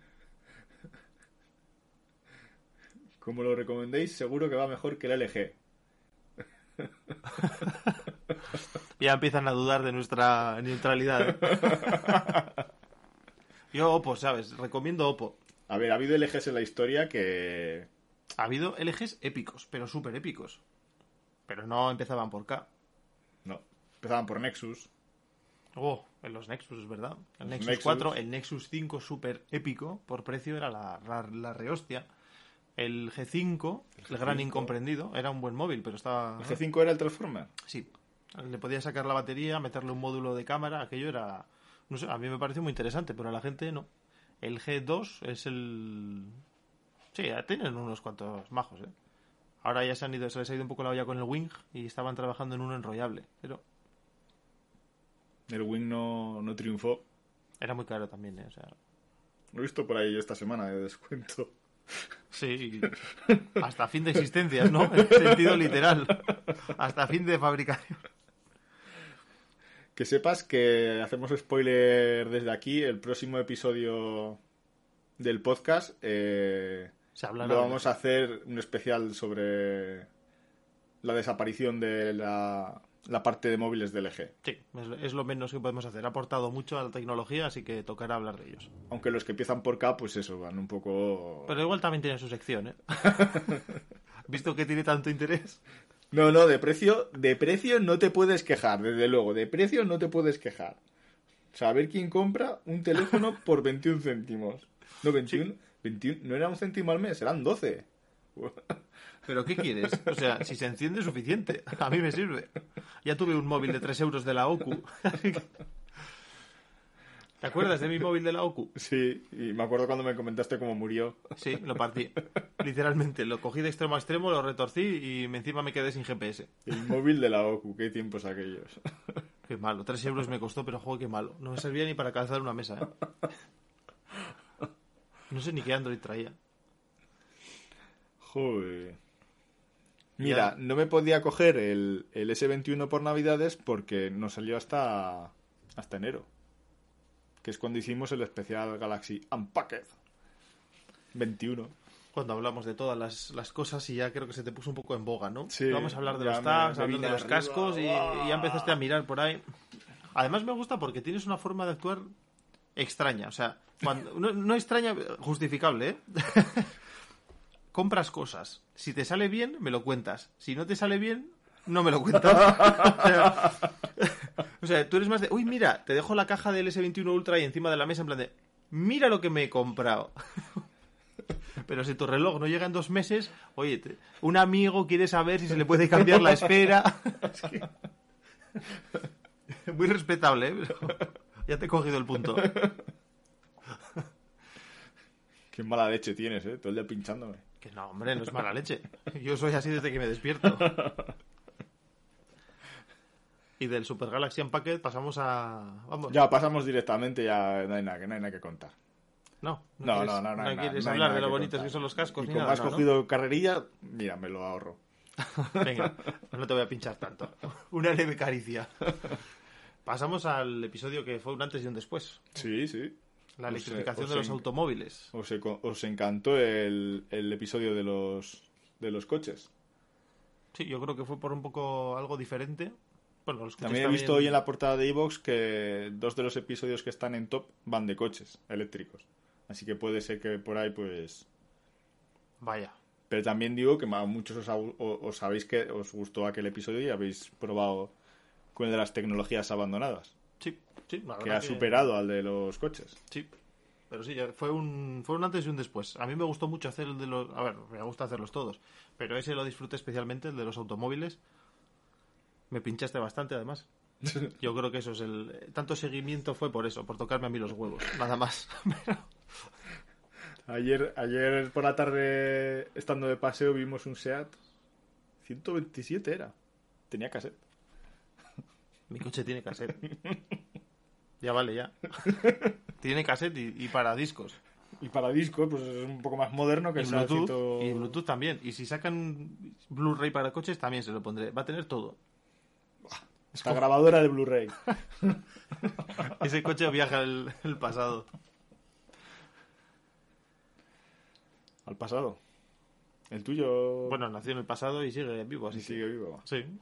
Como lo recomendéis, seguro que va mejor que el LG. Ya empiezan a dudar de nuestra neutralidad. [laughs] ¿eh? Yo Oppo, ¿sabes? Recomiendo Oppo. A ver, ha habido LGs en la historia que... Ha habido LGs épicos, pero súper épicos. Pero no empezaban por K. No, empezaban por Nexus. Oh, en los Nexus, es verdad. El Los Nexus, Nexus. 4, el Nexus 5 súper épico, por precio era la, la, la rehostia. El G5, el, gran G5. incomprendido, era un buen móvil, pero estaba... El G5 era el Transformer. Sí. Le podía sacar la batería, meterle un módulo de cámara, aquello era... No sé, a mí me pareció muy interesante, pero a la gente no. El G2 es el... Sí, ya tienen unos cuantos majos, ¿eh? Ahora ya se han ido, se les ha ido un poco la olla con el Wing y estaban trabajando en uno enrollable, pero El Wing no, no triunfó. era muy caro también, ¿eh? O sea, Lo he visto por ahí esta semana de descuento. sí, hasta fin de existencias, ¿no? En sentido literal. Hasta fin de fabricación. Que sepas que hacemos spoiler desde aquí. El próximo episodio del podcast eh, Se habla Lo vamos a hacer un especial sobre la desaparición de la, la parte de móviles del eje. Sí, es lo- es lo menos que podemos hacer. Ha aportado mucho a la tecnología, así que tocará hablar de ellos. Aunque los que empiezan por K, pues eso, van un poco... Pero igual también tiene su sección, ¿eh? [laughs] Visto que tiene tanto interés. No, no, de precio, de precio no te puedes quejar, desde luego, de precio no te puedes quejar. Saber quién compra un [laughs] teléfono por 21 céntimos. No, 21, 21 no era un céntimo al mes, eran 12. ¿Pero qué quieres? [laughs] O sea, si se enciende es suficiente. A mí me sirve. Ya tuve un móvil de 3 euros de la OCU. [laughs] ¿Te acuerdas de mi móvil de la OCU? Sí, y me acuerdo cuando me comentaste cómo murió. Sí, lo partí. Literalmente, lo cogí de extremo a extremo, lo retorcí y me- encima me quedé sin GPS. El móvil de la OCU, qué tiempos aquellos. Qué malo. 3 euros me costó, pero juego qué malo. No me servía ni para calzar una mesa, ¿eh? No sé ni qué Android traía. Joder. Mira, no me podía coger el, el S21 por Navidades porque no salió hasta, hasta enero. Que es cuando hicimos el especial Galaxy Unpacked 21. cuando hablamos de todas las, las cosas y ya creo que se te puso un poco en boga, ¿no? Sí, Vamos a hablar de ya los me- tags, me hablar vine de los arriba, cascos y, ¡guau! y ya empezaste a mirar por ahí. Además me gusta porque tienes una forma de actuar extraña, o sea, cuando- no, no extraña, justificable, ¿eh? [laughs] Compras cosas. Si te sale bien, me lo cuentas. Si no te sale bien, no me lo cuentas. [laughs] o, sea, o sea, tú eres más de, uy, mira, te dejo la caja del S21 Ultra ahí encima de la mesa en plan de, mira lo que me he comprado. Pero si tu reloj no llega en dos meses, oye, te- un amigo quiere saber si se le puede cambiar la espera. [laughs] Es que- Muy respetable, ¿eh? Pero ya te he cogido el punto. Qué mala leche tienes, ¿eh? Todo el día pinchándome. Que no, hombre, no es mala leche. Yo soy así desde que me despierto. Y del Super Galaxy Unpacked pasamos a... Vamos. Ya, pasamos directamente, ya no hay nada, que- no hay nada que contar. No, No, quieres- no, no, no hay nada, quieres no hay hablar nada de lo que bonitos contar. que son los cascos. Y ni como nada, has ¿no? cogido carrerilla, mira, me lo ahorro. Venga, pues no te voy a pinchar tanto. Una leve caricia. Pasamos al episodio que fue un antes y un después. Sí, sí. La Os, eh, electrificación os de los en- automóviles. Os, eco- os encantó el, el episodio de los, de los coches. Sí, yo creo que fue por un poco algo diferente. Bueno, los coches También he visto hoy en la portada de Evox que dos de los episodios que están en top van de coches eléctricos. Así que puede ser que por ahí, pues. Vaya. Pero también digo que a muchos os, ha- o- os sabéis que os gustó aquel episodio y habéis probado con el de las tecnologías abandonadas, Sí, sí, la que verdad ha superado al de los coches. Sí. Pero sí, ya fue un, fue un antes y un después. A mí me gustó mucho hacer el de los... A ver, me gusta hacerlos todos. Pero ese lo disfruté especialmente, el de los automóviles. Me pinchaste bastante, además. Yo creo que eso es el... Tanto seguimiento fue por eso, por tocarme a mí los huevos. Nada más. [laughs] Ayer, ayer por la tarde, estando de paseo, vimos un SEAT 127 era. Tenía cassette. Mi coche tiene cassette. Ya vale, ya. Tiene cassette y, y para discos. Y para discos, pues es un poco más moderno que Y el SEAT Bluetooth, 100. y Bluetooth también. Y si sacan Blu-ray para coches, también se lo pondré. Va a tener todo. La grabadora de Blu-ray. Ese coche viaja al el pasado. Al pasado. El tuyo. Bueno, nació en el pasado y sigue vivo, así si sigue vivo. que- Sí.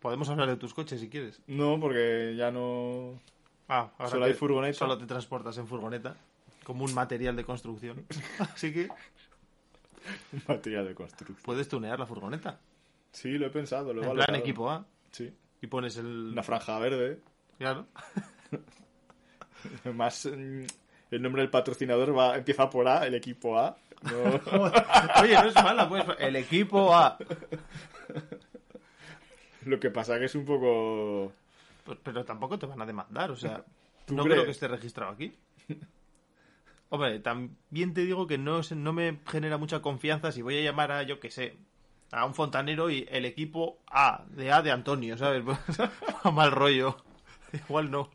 Podemos hablar de tus coches si quieres. No, porque ya no. [laughs] Ah, ahora Solo que hay furgoneta. Solo te transportas en furgoneta. Como un material de [laughs] construcción. Así que Material de construcción. puedes tunear la furgoneta. Sí, lo he pensado. Lo he en plan valorado. equipo A. Sí. Y pones el. Una franja verde. [laughs] Claro. [laughs] Más. mm, El nombre del patrocinador va empieza por A, el equipo A. No. [laughs] Oye, no es mala, pues. El equipo A. lo que pasa que es un poco. Pero, pero tampoco te van a demandar, o sea. ¿Tú No crees? creo que esté registrado aquí. Hombre, también te digo que no, se- no me genera mucha confianza si voy a llamar a, yo qué sé, a un fontanero y el equipo A, de A de Antonio, ¿sabes? [laughs] a mal rollo. [laughs] Igual no.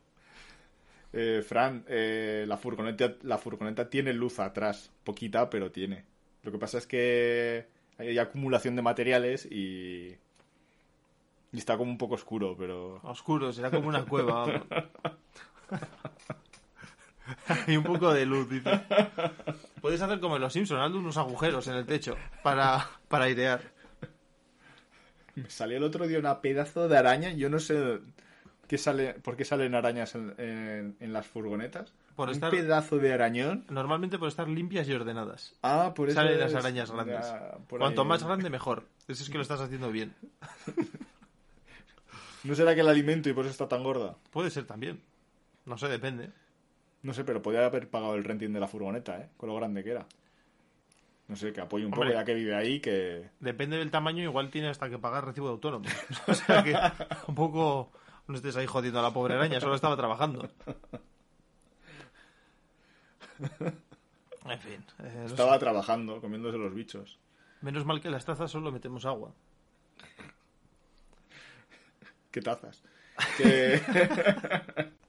Eh, Fran, eh, la, furgoneta, la furgoneta tiene luz atrás. Poquita, pero tiene. Lo que pasa es que hay acumulación de materiales y. Y está como un poco oscuro, pero. Oscuro, será como una cueva. vamos. [laughs] Hay un poco de luz, dice. Puedes hacer como en los Simpsons, hazle unos agujeros en el techo para, para airear. Me salió el otro día una pedazo de araña. Yo no sé qué sale, por qué salen arañas en, en- en las furgonetas. Por un estar- pedazo de arañón. Normalmente por estar limpias y ordenadas. Ah, por eso. Salen las es- arañas grandes. Ah, por Cuanto ahí. más grande, mejor. Eso es que lo estás haciendo bien. No será que el alimento y por eso está tan gorda. Puede ser también. No sé, depende. No sé, pero podía haber pagado el renting de la furgoneta, ¿eh? Con lo grande que era. No sé, que apoye un Hombre. poco ya que vive ahí, que. Depende del tamaño, igual tiene hasta que pagar recibo de autónomo. [laughs] O sea que un poco no estés ahí jodiendo a la pobre araña, solo estaba trabajando. En fin. eh, no Estaba sé. trabajando, comiéndose los bichos. Menos mal que en las tazas solo metemos agua. ¿Qué tazas? Que- [laughs]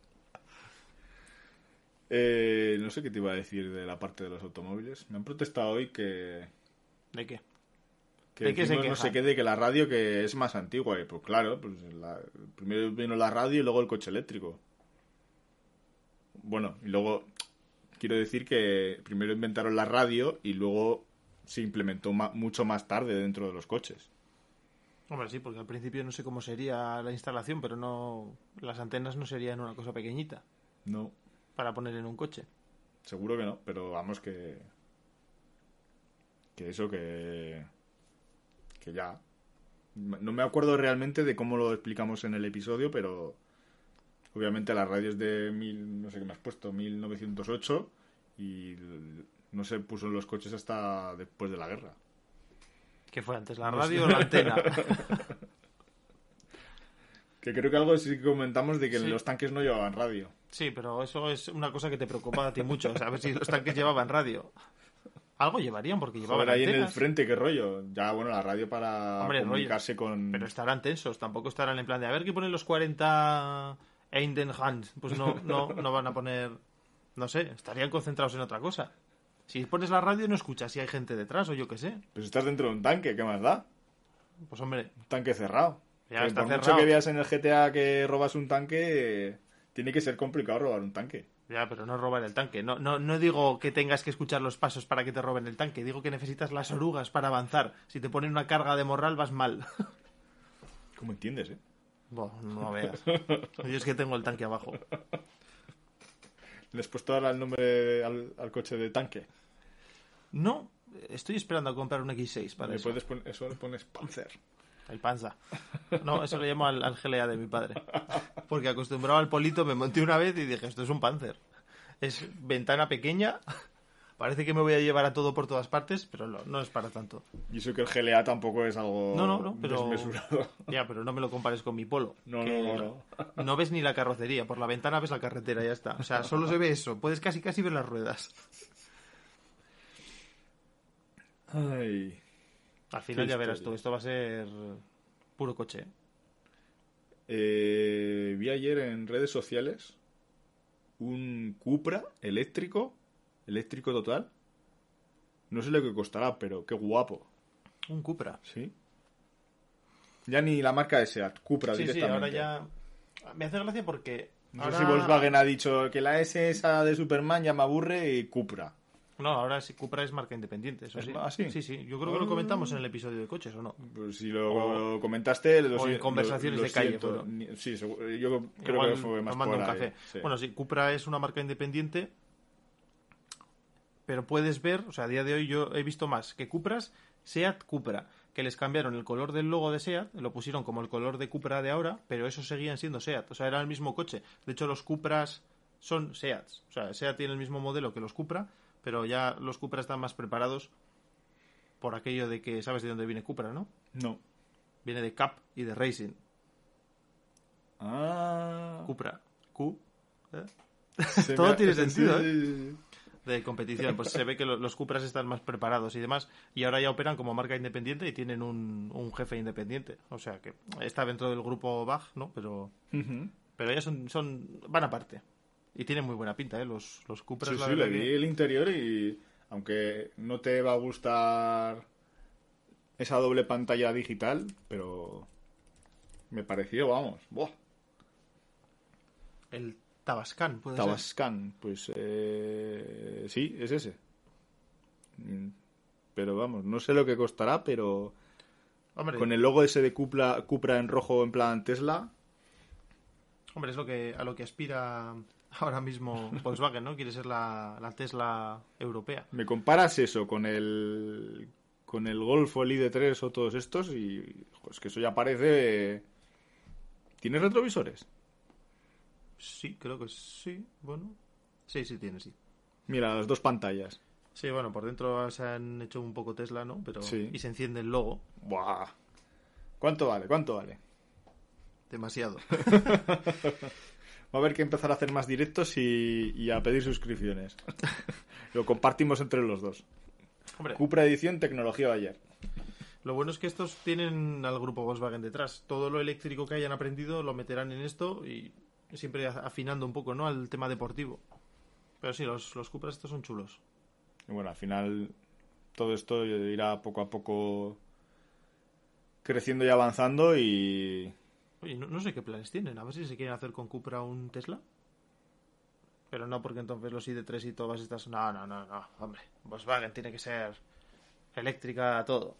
Eh, no sé qué te iba a decir de la parte de los automóviles. Me han protestado hoy que, ¿De qué? que ¿De qué se decimos no quejan? sé qué de que la radio que es más antigua. Y pues claro, pues la- primero vino la radio y luego el coche eléctrico. Bueno, y luego quiero decir que primero inventaron la radio y luego se implementó ma- mucho más tarde dentro de los coches. Hombre, sí, porque al principio no sé cómo sería la instalación, pero no. Las antenas no serían una cosa pequeñita No, para poner en un coche. Seguro que no, pero vamos que. Que eso que. Que ya. No me acuerdo realmente de cómo lo explicamos en el episodio, pero. Obviamente la radio es de mil. No sé qué me has puesto, 1908. Y l- no se puso en los coches hasta después de la guerra. ¿Qué fue antes, la radio o la antena? Que creo que algo sí que comentamos de que Sí. los tanques no llevaban radio. [laughs] Sí, pero eso es una cosa que te preocupa a ti mucho. O sea, a ver si los tanques llevaban radio. Algo llevarían porque llevaban Joder, ahí en el Pues antenas. frente, qué rollo. Ya, bueno, la radio para Hombre, rollo. comunicarse con... Pero estarán tensos, tampoco estarán en plan de a ver qué ponen los 40 Einden Hand. Pues no, no, no van a poner. No sé, estarían concentrados en otra cosa. Si pones la radio, no escuchas si hay gente detrás o yo qué sé. Pues estás dentro de un tanque, ¿qué más da? Pues hombre, Un tanque cerrado. Ya Que está por mucho cerrado. que veas en el GTA que robas un tanque, eh, tiene que ser complicado robar un tanque. ya, pero no robar el tanque. No, no, no digo que tengas que escuchar los pasos para que te roben el tanque. Digo que necesitas las orugas para avanzar. Si te ponen una carga de morral, vas mal. ¿Cómo entiendes, eh? Bueno, no veas. Yo es que tengo el tanque abajo. ¿Le has puesto ahora el nombre al, al coche de tanque? No, estoy esperando a comprar un X6 para Le eso. puedes pon- eso le pones Panzer. El panza. No, eso lo llamo al, al GLA de mi padre. Porque acostumbrado al polito me monté una vez y dije, esto es un panzer. Es ventana pequeña. Parece que me voy a llevar a todo por todas partes, pero no, no es para tanto. Y eso que el GLA tampoco es algo No, no, no, pero- desmesurado. [laughs] Ya, pero no me lo compares con mi polo. No, que no, no, no ves ni la carrocería. Por la ventana ves la carretera, ya está. O sea, solo se ve eso. Puedes casi casi ver las ruedas. Ay. Al final Qué ya verás historia. tú, esto va a ser puro coche. ¿eh? Eh, vi ayer en redes sociales un Cupra eléctrico, eléctrico total. No sé lo que costará, pero qué guapo, Un Cupra. ¿sí? Ya ni la marca de Seat, Cupra Sí, sí, ahora directamente. ya... Me hace gracia porque... No ahora- sé si Volkswagen ha dicho que la S esa de Superman ya me aburre y Cupra. No, ahora sí, Cupra es marca independiente, eso ¿Es sí. ma- ah, sí? Sí, sí. Yo creo que lo comentamos en el episodio de coches, ¿o no? Pues si lo comentaste... Lo, o en si- lo- conversaciones lo de calle, siento. bueno. Ni- Sí, seguro- yo creo Igual que fue más tomando por un ahí, café. sí. Bueno, sí, Cupra es una marca independiente, pero puedes ver, o sea, a día de hoy yo he visto más que Cupras, Seat Cupra, que les cambiaron el color del logo de Seat, lo pusieron como el color de Cupra de ahora, pero esos seguían siendo Seat, o sea, era el mismo coche. De hecho, los Cupras son Seats, o sea, Seat tiene el mismo modelo que los Cupra, pero ya los Cupra están más preparados por aquello de que sabes de dónde viene Cupra, ¿no? No. Viene de Cup y de Racing. Ah. Cupra. Q. ¿eh? Se Todo me ha- tiene [laughs] sí, sentido, sí, ¿eh? sí, sí. de competición. Pues se ve que lo- los Cupras están más preparados y demás. Y ahora ya operan como marca independiente y tienen un, un jefe independiente. O sea que está dentro del grupo BAG, ¿no? Pero, Ujú. pero ya son, son. van aparte. Y tienen muy buena pinta, ¿eh? Los, los Cupras, Sí, la sí, verdad le vi que- el interior y aunque no te va a gustar esa doble pantalla digital, pero me pareció, vamos, ¡buah! El Tabascan, puede ser. Tabascan, pues eh, sí, es ese. Mm, Pero vamos, no sé lo que costará, pero Hombre, con el logo ese de Cupra, Cupra en rojo en plan Tesla, hombre, es lo que, a lo que aspira ahora [laughs] mismo Volkswagen, ¿no? Quiere ser la, la Tesla europea. me comparas eso con el con el Golf o el ID3 o todos estos y pues que eso ya parece ¿Tienes retrovisores? Sí, creo que sí. Bueno. Sí, sí, tiene, sí. Mira, las dos pantallas. Sí, bueno, por dentro se han hecho un poco Tesla, ¿no? Pero Sí. y se enciende el logo Buah. ¿Cuánto vale? ¿Cuánto vale? demasiado. Va a haber que empezar a hacer más directos y, y a pedir suscripciones. [laughs] Lo compartimos entre los dos. Hombre, Cupra Edición Tecnología de ayer. lo bueno es que estos tienen al grupo Volkswagen detrás. Todo lo eléctrico que hayan aprendido lo meterán en esto y siempre a- afinando un poco, ¿no? Al tema deportivo. Pero sí, los, los Cupras estos son chulos. Y bueno, al final todo esto irá poco a poco creciendo y avanzando y... Oye, no, no sé qué planes tienen. A ver si se quieren hacer con Cupra un Tesla. Pero no porque entonces los ID3 y todas estas... No, no, no, no. Hombre, Volkswagen tiene que ser eléctrica a [laughs] todo.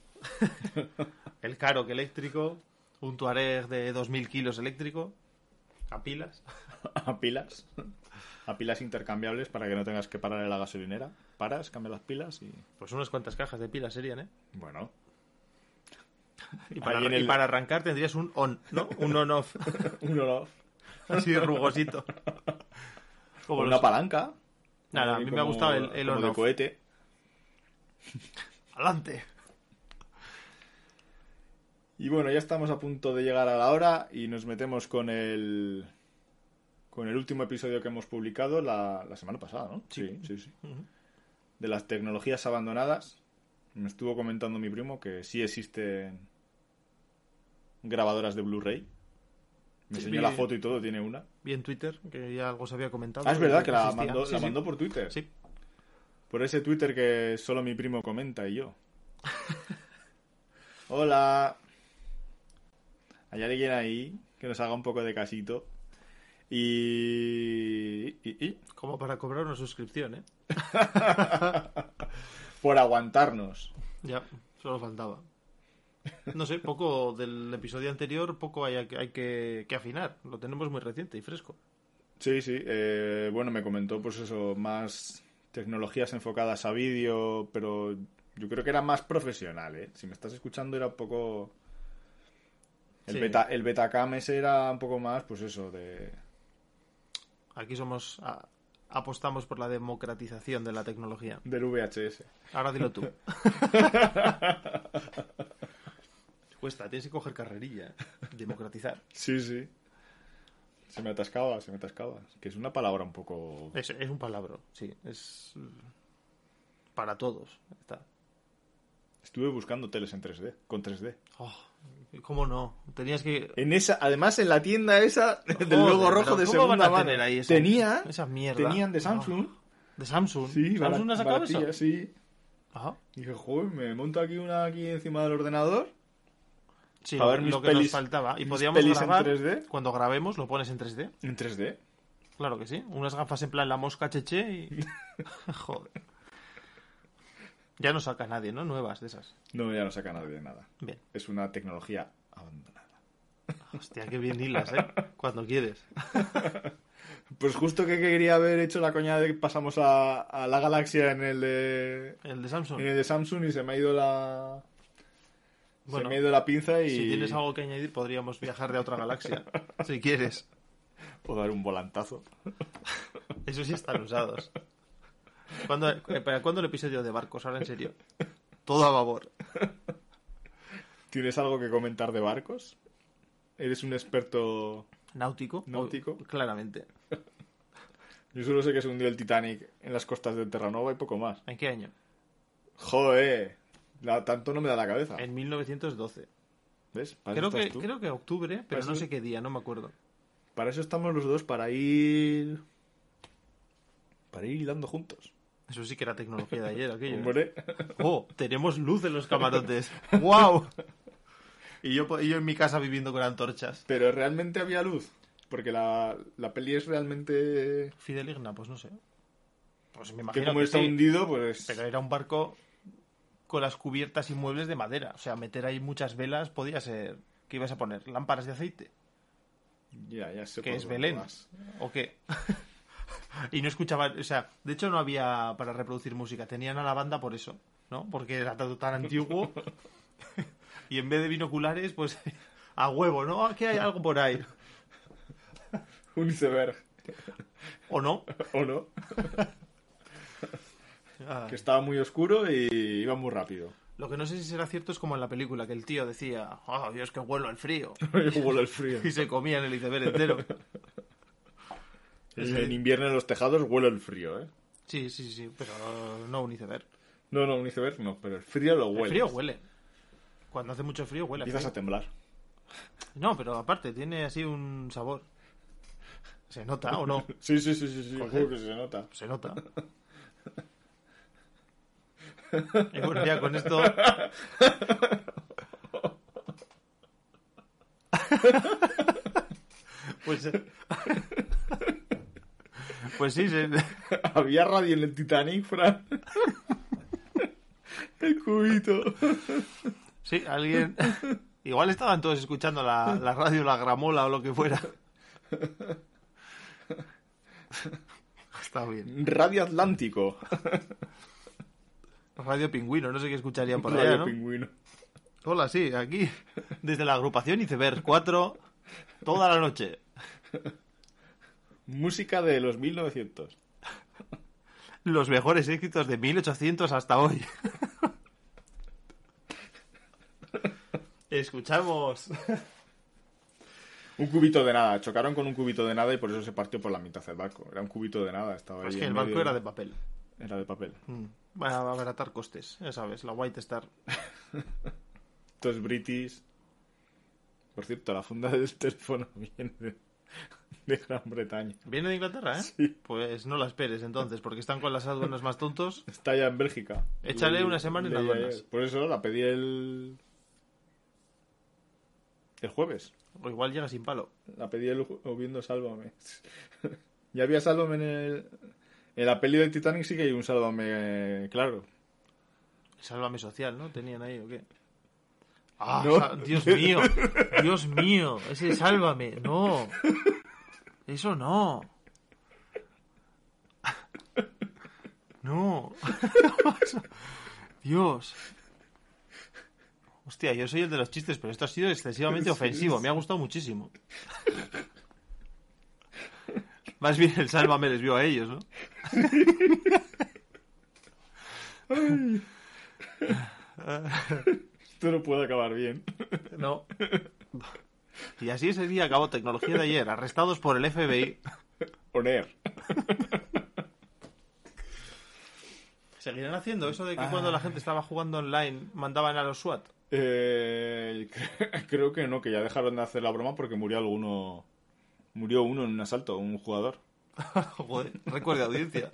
El caro que eléctrico. Un Touareg de 2000 kilos eléctrico. A pilas. [laughs] a pilas. A pilas intercambiables para que no tengas que parar en la gasolinera. Paras, cambias las pilas y... Pues unas cuantas cajas de pilas serían, ¿eh? Bueno. [laughs] Y para, Ahí en el- y para arrancar tendrías un on, ¿no? [laughs] Un on-off, Un olor. así rugosito. Como Una los- palanca. Nada, a mí me ha Como- gustado el, el como de on-off. cohete. ¡Adelante! Y bueno, ya estamos a punto de llegar a la hora y nos metemos con el con el último episodio que hemos publicado la, la semana pasada, ¿no? Sí, sí, sí. De las tecnologías abandonadas. Me estuvo comentando mi primo que sí existen grabadoras de Blu-ray. Me Sí, vi- enseñó la foto y todo, tiene una. Vi en Twitter, que ya algo se había comentado. Ah, es verdad que la pues existía. mandó, Sí, la sí. mandó por Twitter. Sí. Por ese Twitter que solo mi primo comenta y [laughs] yo. Hola. Hay alguien ahí que nos haga un poco de casito. Y, y- y- Como para cobrar una suscripción, ¿eh? Por aguantarnos. Ya, solo faltaba. No sé, poco del episodio anterior, poco hay, hay que, que afinar. Lo tenemos muy reciente y fresco. Sí, sí. eh, bueno, me comentó, pues eso, más tecnologías enfocadas a vídeo, pero yo creo que era más profesional, ¿eh? Si me estás escuchando era un poco... El, Sí. beta, el Betacam ese era un poco más, pues eso, de... Aquí somos a- apostamos por la democratización de la tecnología. del VHS. Ahora dilo [laughs] tú. Cuesta, tienes que coger carrerilla. Democratizar. Sí, sí. Se me atascaba, se me atascaba. Que es una palabra un poco... Es, es un palabra, sí. Es mm, para todos. Está. Estuve buscando teles en 3D, con 3D. Oh, ¿Cómo no? Tenías que... En esa, además en la tienda esa [laughs] del Joder, logo rojo pero de ¿cómo segunda van a mano. tener ahí ¿eh? esa- tenía, esa mierda? tenían de No. Samsung. ¿De Samsung? Sí, ¿Samsung barat- ha sacado eso? baratilla, sí. Ajá. Dije, joder, me monto aquí una aquí encima del ordenador. Sí, lo- Para ver mis lo que pelis- nos faltaba. Y mis podíamos pelis en grabar, 3D. cuando grabemos, lo pones en 3D. En 3D. Claro que sí. Unas gafas en plan la mosca cheche [laughs] y... Joder. Ya no saca nadie, ¿no? Nuevas de esas. No, ya no saca nadie de nada. Bien. Es una tecnología abandonada. Hostia, qué bien hilas, ¿eh? Cuando quieres. Pues justo que quería haber hecho la coña de que pasamos a, a la galaxia en el de, El de Samsung. en el de Samsung y se me ha ido la... se Bueno, me ha ido la pinza y... Si tienes algo que añadir, podríamos viajar de otra galaxia. si quieres. O dar un volantazo. Eso sí están usados. ¿Cuándo- eh, ¿Para cuándo el episodio de barcos? Ahora en serio. Todo a favor. ¿Tienes algo que comentar de barcos? Eres un experto... Náutico. Náutico. o- claramente. Yo solo sé que se hundió el Titanic en las costas de Terranova y poco más. ¿En qué año? Joder, la- tanto no me da la cabeza. En 1912. ¿Ves? Para, Creo eso estás que, tú. creo que octubre, Para pero eso no tú. sé qué día, no me acuerdo. Para eso estamos los dos, para ir... Para ir hilando juntos. Eso sí que era tecnología de ayer, aquello. ¿eh? Hombre, ¡Oh! Tenemos luz en los [laughs] camarotes. ¡Wow! Y yo, po- y yo en mi casa viviendo con antorchas. pero realmente había luz. Porque la, la peli es realmente... Fidel Igna, pues no sé. Pues me Que imagino como que está sí, hundido, pues... Pero era un barco con las cubiertas y muebles de madera. O sea, meter ahí muchas velas podía ser... ¿Qué ibas a poner? ¿Lámparas de aceite? Ya, ya sé ¿Qué por es dónde Belén? vas. [laughs] ¿O qué? [laughs] y no escuchaba... O sea, de hecho no había para reproducir música. Tenían a la banda por eso, ¿no? Porque era todo tan antiguo. [laughs] y en vez de binoculares, pues... [laughs] A huevo, ¿no? Aquí hay algo por ahí. Un iceberg, ¿O no? ¿o no? Ah, Que estaba muy oscuro y iba muy rápido. [laughs] Lo que no sé si será cierto es como en la película, que el tío decía, oh Dios, que huelo al frío. [laughs] Hubo el frío. Y se comía en el iceberg entero. En en invierno en los tejados huele el frío, ¿eh? Sí, sí, sí, pero no un iceberg. No, no, un iceberg no, pero el frío lo huele. El frío huele. Cuando hace mucho frío huele. a Empiezas frío. a temblar. No, pero aparte, tiene así un sabor. ¿Se nota o no? Sí, sí, sí, sí, sí, juro que se nota. [laughs] Se nota. Y bueno, ya con esto... Pues, [laughs] pues sí, se... Había radio en el [laughs] Titanic, Fran. El cubito. Sí, [laughs] alguien. Igual estaban todos escuchando la, la radio, la gramola o lo que [laughs] fuera. Está bien. Radio [laughs] Atlántico. Radio Pingüino, no sé qué escucharían por radio allá, ¿no? Pingüino. Hola, sí, aquí. Desde la agrupación Iceberg 4, toda la noche. Música de los 1900. Los mejores éxitos de 1800 hasta hoy. Escuchamos. Un cubito de nada. Chocaron con un cubito de nada y por eso se partió por la mitad el barco. Era un cubito de nada. Estaba Es ahí que en el banco medio. era de papel. Era de papel. Mm. Va a abaratar costes, ya sabes, la White Star. Esto es British. Por cierto, la funda del [laughs] teléfono viene de, de Gran Bretaña. ¿Viene de Inglaterra, eh? Sí. Pues no la esperes entonces, porque están con las aduanas más tontos. Está ya en Bélgica. Échale Leí- una semana en leí aduanas. ayer. Por eso la pedí el. El jueves. O igual llega sin palo. La pedí el ju- o viendo Sálvame. [laughs] ya había Sálvame en el. En la peli del Titanic sí que hay un Sálvame, claro. Sálvame social, ¿no? Tenían ahí o qué. Ah, No. sa- Dios mío, Dios mío, ese sálvame, no. Eso no. No. [laughs] Dios. Hostia, yo soy el de los chistes, pero esto ha sido excesivamente ofensivo. Me ha gustado muchísimo. Más bien el sálvame les vio a ellos, ¿no? Esto no puede acabar bien. [laughs] No. [laughs] Y así ese día acabó tecnología de ayer, arrestados por el FBI. Oner. ¿Seguirán haciendo eso de que cuando la gente estaba jugando online mandaban a los SWAT? Eh, [laughs] cre- creo que no, que ya dejaron de hacer la broma porque murió alguno. Murió uno en un asalto, un jugador. [laughs] Joder, recuerde audiencia.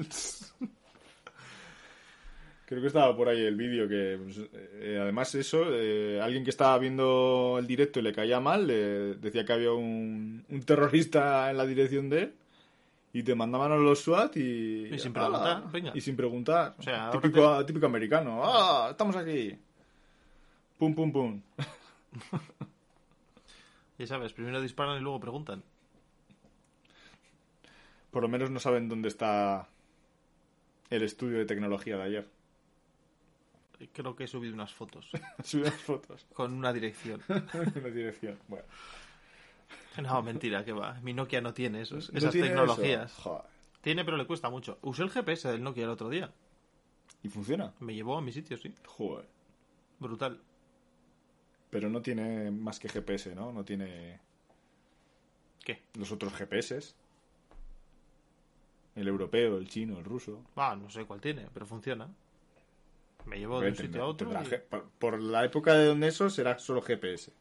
Creo que estaba por ahí el vídeo que. pues, eh, además, eso, eh, alguien que estaba viendo el directo y le caía mal, le decía que había un, un terrorista en la dirección de él. Y te mandaban a los SWAT y. Y sin ¡Hala! preguntar, venga. Y sin preguntar. O sea, ahora típico, típico americano. ¡Ah! Estamos aquí. Pum, pum, pum. Ya sabes, primero disparan y luego preguntan. Por lo menos no saben dónde está el estudio de tecnología de ayer. [laughs] Creo que he subido unas fotos Subí las fotos [laughs] con una dirección. en la dirección. Bueno, No, mentira, que va. Mi Nokia no tiene esos- ¿no esas tiene tecnologías. eso? Joder. Tiene, pero le cuesta mucho. Usé el GPS del Nokia el otro día. ¿Y funciona? Me llevó a mi sitio, sí. Joder. Brutal. Pero no tiene más que GPS, ¿no? No tiene ¿Qué? los otros GPS. El europeo, el chino, el ruso. Ah, no sé cuál tiene, pero funciona. Me llevó de Hombre, un sitio tendrá- a otro. tendrá y- ge- por- Por la época de donde eso será solo GPS.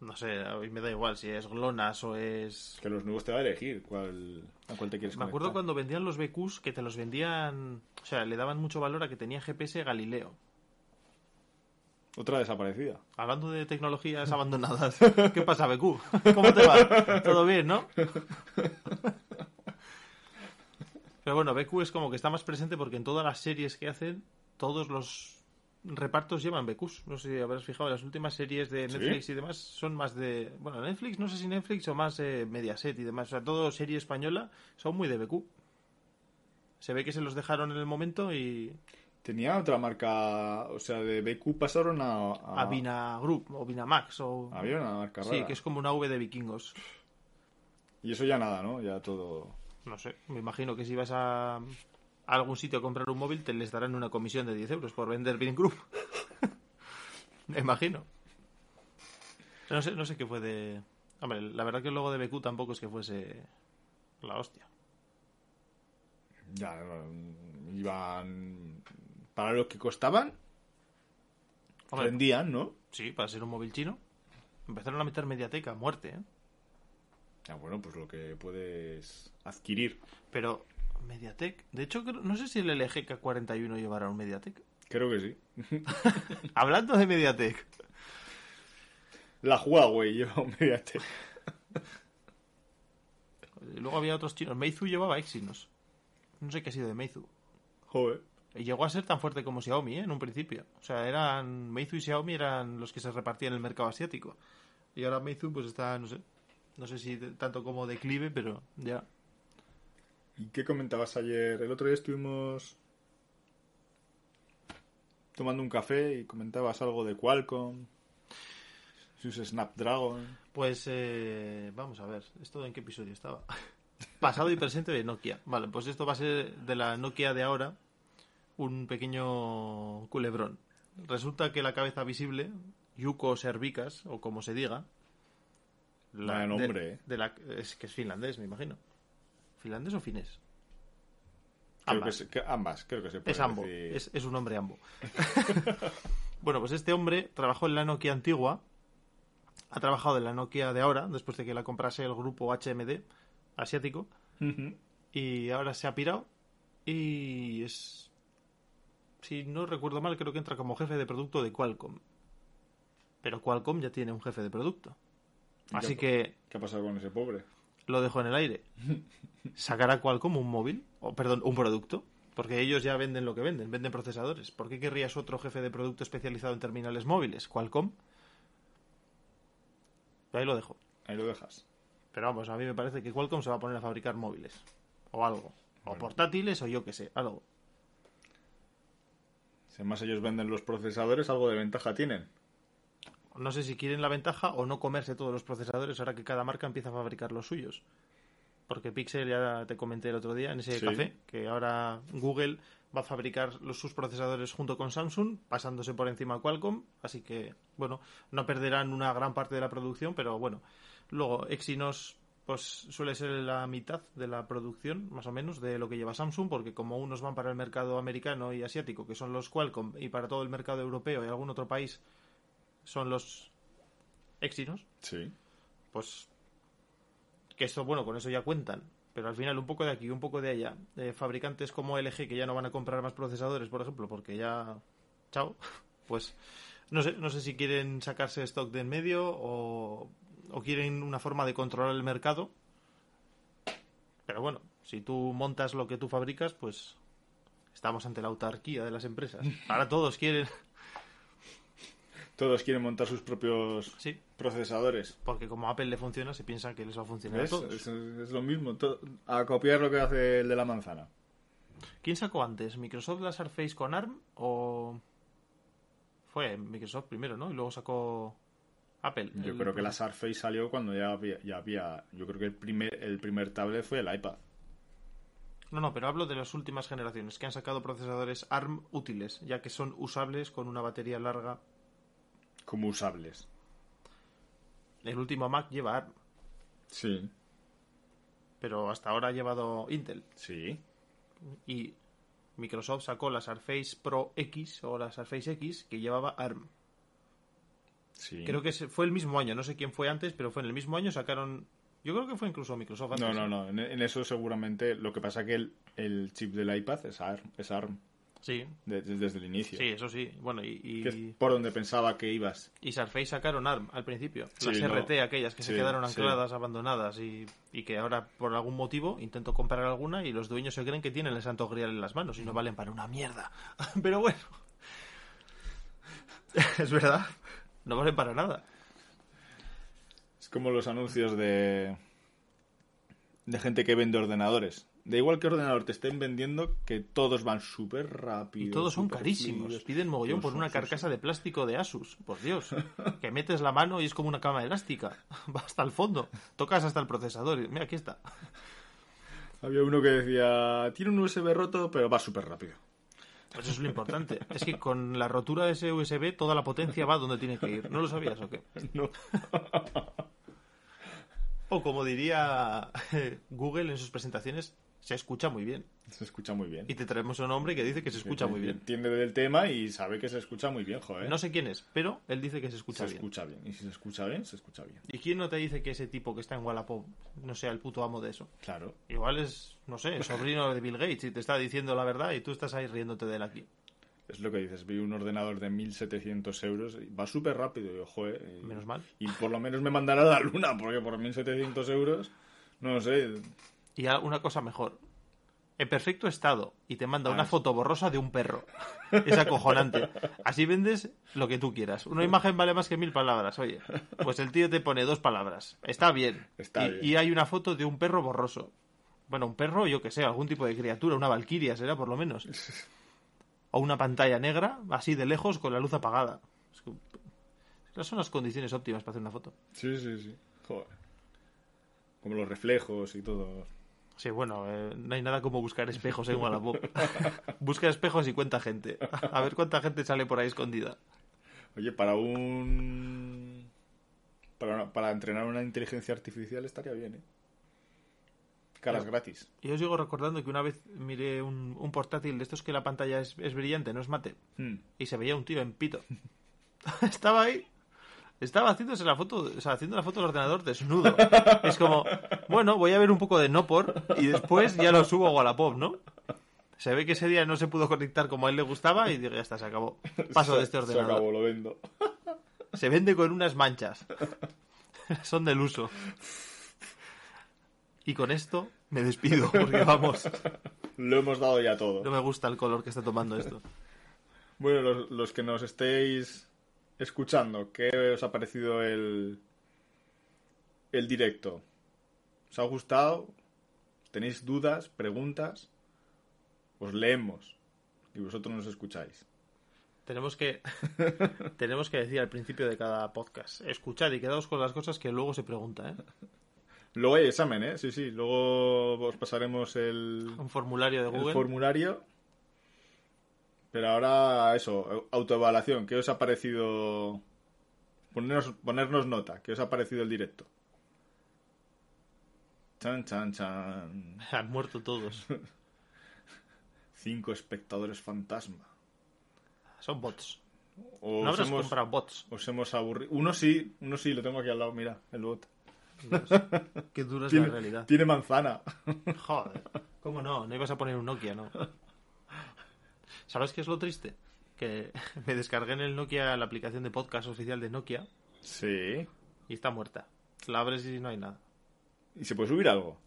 No sé, a mí me da igual si es GLONASS o es... Que los nuevos te va a elegir cuál, a cuál te quieres Me acuerdo conectar. cuando vendían los BQs que te los vendían... O sea, le daban mucho valor a que tenía GPS Galileo. Otra desaparecida. Hablando de tecnologías abandonadas. ¿Qué pasa, BQ? ¿Cómo te va? ¿Todo bien, no? Pero bueno, BQ es como que está más presente porque en todas las series que hacen, todos los repartos llevan BQs. No sé si habrás fijado, las últimas series de ¿Sí? Netflix y demás son más de... Bueno, Netflix, no sé si Netflix o más eh, Mediaset y demás. O sea, todo serie española son muy de BQ. Se ve que se los dejaron en el momento y... Tenía otra marca, o sea, de BQ pasaron a... A Vina Group o Vinamax o... Había una marca Sí, Ah. rara. que es como una V de vikingos. Y eso ya nada, ¿no? Ya todo... No sé, me imagino que si vas a, a algún sitio a comprar un móvil te les darán una comisión de 10 euros por vender Bin Group. [laughs] me imagino. No sé, no sé qué fue de... Hombre, la verdad que el logo de BQ tampoco es que fuese la hostia. Ya, no, iban... Para lo que costaban, Hombre, rendían, ¿no? sí, para ser un móvil chino. Empezaron a meter mediateca, a muerte, ¿eh? Ah, bueno, pues lo que puedes adquirir. Pero Mediatek, de hecho, creo- no sé si el LG K41 llevará un Mediatek. Creo que sí. Hablando de Mediatek, La Huawei [laughs] lleva un Mediatek. luego había otros chinos. Meizu llevaba Exynos. No sé qué ha sido de Meizu. Joder. Y Llegó a ser tan fuerte como Xiaomi, ¿eh? En un principio. O sea, eran. Meizu y Xiaomi eran los que se repartían en el mercado asiático. Y ahora Meizu, pues está, no sé. No sé si de- tanto como declive, pero ya. ¿Y qué comentabas ayer? El otro día estuvimos tomando un café y comentabas algo de Qualcomm, sus Snapdragon. Pues, eh, vamos a ver. ¿Esto en qué episodio estaba? [laughs] Pasado y presente de Nokia. Vale, pues esto va a ser de la Nokia de ahora. Un pequeño culebrón. Resulta que la cabeza visible, Yuko Servicas, o como se diga, la- Vaya de- nombre, eh. de la- es que es finlandés, me imagino. ¿Finlandés o finés? Creo Ambas. que se- que- ambas, creo que se puede Es ambo, decir. es, es un hombre ambo. [laughs] bueno, pues este hombre trabajó en la Nokia antigua, ha trabajado en la Nokia de ahora, después de que la comprase el grupo HMD asiático, Ujú. y ahora se ha pirado y es... Si no recuerdo mal, creo que entra como jefe de producto de Qualcomm. Pero Qualcomm ya tiene un jefe de producto. Ya, Así pues. que ¿Qué ha pasado con ese pobre? lo dejo en el aire. ¿Sacará Qualcomm un móvil? O, perdón, un producto. Porque ellos ya venden lo que venden, venden procesadores. ¿Por qué querrías otro jefe de producto especializado en terminales móviles? Qualcomm. Ahí lo dejo. Ahí lo dejas. Pero vamos, a mí me parece que Qualcomm se va a poner a fabricar móviles. O algo. O Bueno. portátiles o yo qué sé, algo. Si además ellos venden los procesadores, algo de ventaja tienen. No sé si quieren la ventaja o no comerse todos los procesadores ahora que cada marca empieza a fabricar los suyos. Porque Pixel, ya te comenté el otro día en ese Sí. café, que ahora Google va a fabricar los, sus procesadores junto con Samsung, pasándose por encima a Qualcomm. Así que, bueno, no perderán una gran parte de la producción, pero bueno. Luego, Exynos pues suele ser la mitad de la producción, más o menos, de lo que lleva Samsung, porque como unos van para el mercado americano y asiático, que son los Qualcomm, y para todo el mercado europeo y algún otro país, son los Exynos, Sí. pues que esto, bueno, con eso ya cuentan. Pero al final un poco de aquí, un poco de allá. Eh, fabricantes como LG que ya no van a comprar más procesadores, por ejemplo, porque ya... Chao. [laughs] Pues no sé, no sé si quieren sacarse stock de en medio o, o quieren una forma de controlar el mercado. Pero bueno, si tú montas lo que tú fabricas, pues estamos ante la autarquía de las empresas. Ahora todos quieren... Todos quieren montar sus propios Sí, procesadores. porque como a Apple le funciona, se piensa que les va a funcionar a ¿Ves? todos. Es, es lo mismo. to- a copiar lo que hace el de la manzana. ¿Quién sacó antes? ¿Microsoft la Surface con ARM o...? Fue Microsoft primero, ¿no? Y luego sacó Apple. Yo el creo que la procesador. Surface salió cuando ya había, ya había- Yo creo que el primer, el primer tablet fue el iPad. No, no, pero hablo de las últimas generaciones que han sacado procesadores ARM útiles, ya que son usables con una batería larga. Como usables. El último Mac lleva ARM, Sí. pero hasta ahora ha llevado Intel. Sí. Y Microsoft sacó la Surface Pro X o la Surface X que llevaba ARM. Sí. Creo que se- fue el mismo año, no sé quién fue antes, pero fue en el mismo año sacaron... Yo creo que fue incluso Microsoft antes. No, no, ¿eh? no. En, en eso seguramente. Lo que pasa que el, el chip del iPad es ARM. Es ARM Sí, de- de- desde el inicio. Sí, eso sí. Bueno, y, Que es y, por donde pensaba que ibas. y Surface sacaron ARM al principio. Sí, las no. RT, aquellas que se Sí, quedaron sí. ancladas, abandonadas y, y que ahora por algún motivo intento comprar alguna y los dueños se creen que tienen el santo grial en las manos y no valen para una mierda. [laughs] Pero bueno. es verdad. No valen para nada. Es como los anuncios de. de gente que vende ordenadores. Da igual que ordenador te estén vendiendo, que todos van súper rápido. Y todos son súper carísimos. fluidos. Piden mogollón Todos por son- una son- carcasa de plástico de Asus. Por Dios. Que metes la mano y es como una cama elástica. [laughs] Va hasta el fondo. Tocas hasta el procesador. y Mira, aquí está. Había uno que decía, tiene un USB roto, pero va súper rápido. Pues eso es lo importante. Es que con la rotura de ese USB toda la potencia va donde tiene que ir. ¿No lo sabías o qué? No. [laughs] O como diría [laughs] eh, Google en sus presentaciones, se escucha muy bien. Se escucha muy bien. Eh, Y te traemos un hombre que dice que se escucha muy bien. Entiende del tema y sabe que se escucha muy bien, joder. No sé quién es, pero él dice que se se escucha bien. escucha bien. Y si se escucha bien, se escucha bien. ¿Y quién no te dice que ese tipo que está en Wallapop no sea el puto amo de eso? Claro. Igual es, no sé, sobrino de Bill Gates y te está diciendo la verdad y tú estás ahí riéndote de él aquí. Es lo que dices. Vi un ordenador de 1.700 euros y va súper rápido. Y yo, joder. eh, Menos mal. Y por lo menos me mandará a la luna, porque por 1.700 euros, no sé. Y a- una cosa mejor. En perfecto estado. Y te manda Ah, una sí. foto borrosa de un perro. Es acojonante. Así vendes lo que tú quieras. Una imagen vale más que mil palabras, oye. Pues el tío te pone dos palabras. Está bien. Está y, bien. y hay una foto de un perro borroso. Bueno, un perro, yo que sé, algún tipo de criatura, una valquiria será por lo menos. O una pantalla negra, así de lejos, con la luz apagada. Es que- Esas son las condiciones óptimas para hacer una foto. Sí, sí, sí. Joder. Como los reflejos y todo. Sí, bueno, eh, no hay nada como buscar espejos en [laughs] Wallapop. Busca espejos y cuenta gente. A ver cuánta gente sale por ahí escondida. Oye, para un. Para, una- para entrenar una inteligencia artificial estaría bien, ¿eh? Caras Claro. gratis. Yo sigo recordando que una vez miré un, un portátil de estos que la pantalla es, es brillante, no es mate, Hmm. y se veía un tío en pito. [laughs] estaba ahí, estaba haciéndose la foto, o sea, haciendo la foto del ordenador desnudo. es como, bueno, voy a ver un poco de no por y después ya lo subo a Wallapop, ¿no? Se ve que ese día no se pudo conectar como a él le gustaba y dije, ya está, se acabó. Paso Se- de este Se acabó, ordenador. lo vendo. Se vende con unas manchas. [laughs] Son del uso. Y con esto me despido, porque vamos, Lo hemos dado ya todo. no me gusta el color que está tomando esto. Bueno, los, los que nos estéis escuchando, ¿qué os ha parecido el, el directo? ¿Os ha gustado? ¿Tenéis dudas, preguntas? Os leemos y vosotros nos escucháis. Tenemos que, [laughs] tenemos que decir al principio de cada podcast, escuchad y quedaos con las cosas que luego se pregunta, ¿eh? Luego hay examen, ¿eh? Sí, sí. Luego os pasaremos el, Un formulario de el Google. formulario. Pero ahora, eso, autoevaluación. ¿Qué os ha parecido? Ponernos, ponernos nota. ¿Qué os ha parecido el directo? Chan, chan, chan. [laughs] Han muerto todos. Cinco espectadores fantasma. Son bots. O No os, habrás hemos, comprado [laughs] bots. os hemos aburrido. Uno sí, uno sí, lo tengo aquí al lado, mira, el bot. Qué dura es la Tiene, realidad. [laughs] tiene manzana. Joder. ¿Cómo no? No ibas a poner un Nokia, ¿no? ¿Sabes qué es lo triste? Que [laughs] me descargué en el Nokia la aplicación de podcast oficial de Nokia Sí. y está muerta. La abres y no hay nada. ¿Y se puede subir algo?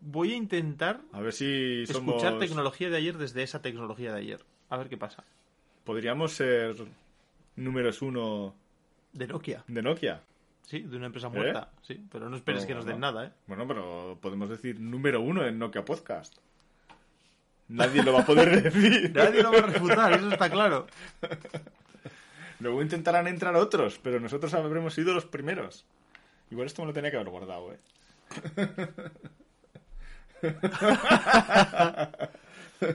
Voy a intentar A ver si somos... escuchar tecnología de ayer desde esa tecnología de ayer. A ver qué pasa. Podríamos ser números uno De Nokia. de Nokia. Sí, de una empresa muerta. Sí, pero ¿Eh? no esperes No, que nos den no. nada, ¿eh? Bueno, pero podemos decir número uno en Nokia Podcast. Nadie lo va a poder [laughs] decir. Nadie lo va a refutar, eso está claro. Luego intentarán entrar otros, pero nosotros habremos sido los primeros. Igual esto me lo tenía que haber guardado, ¿eh? [laughs]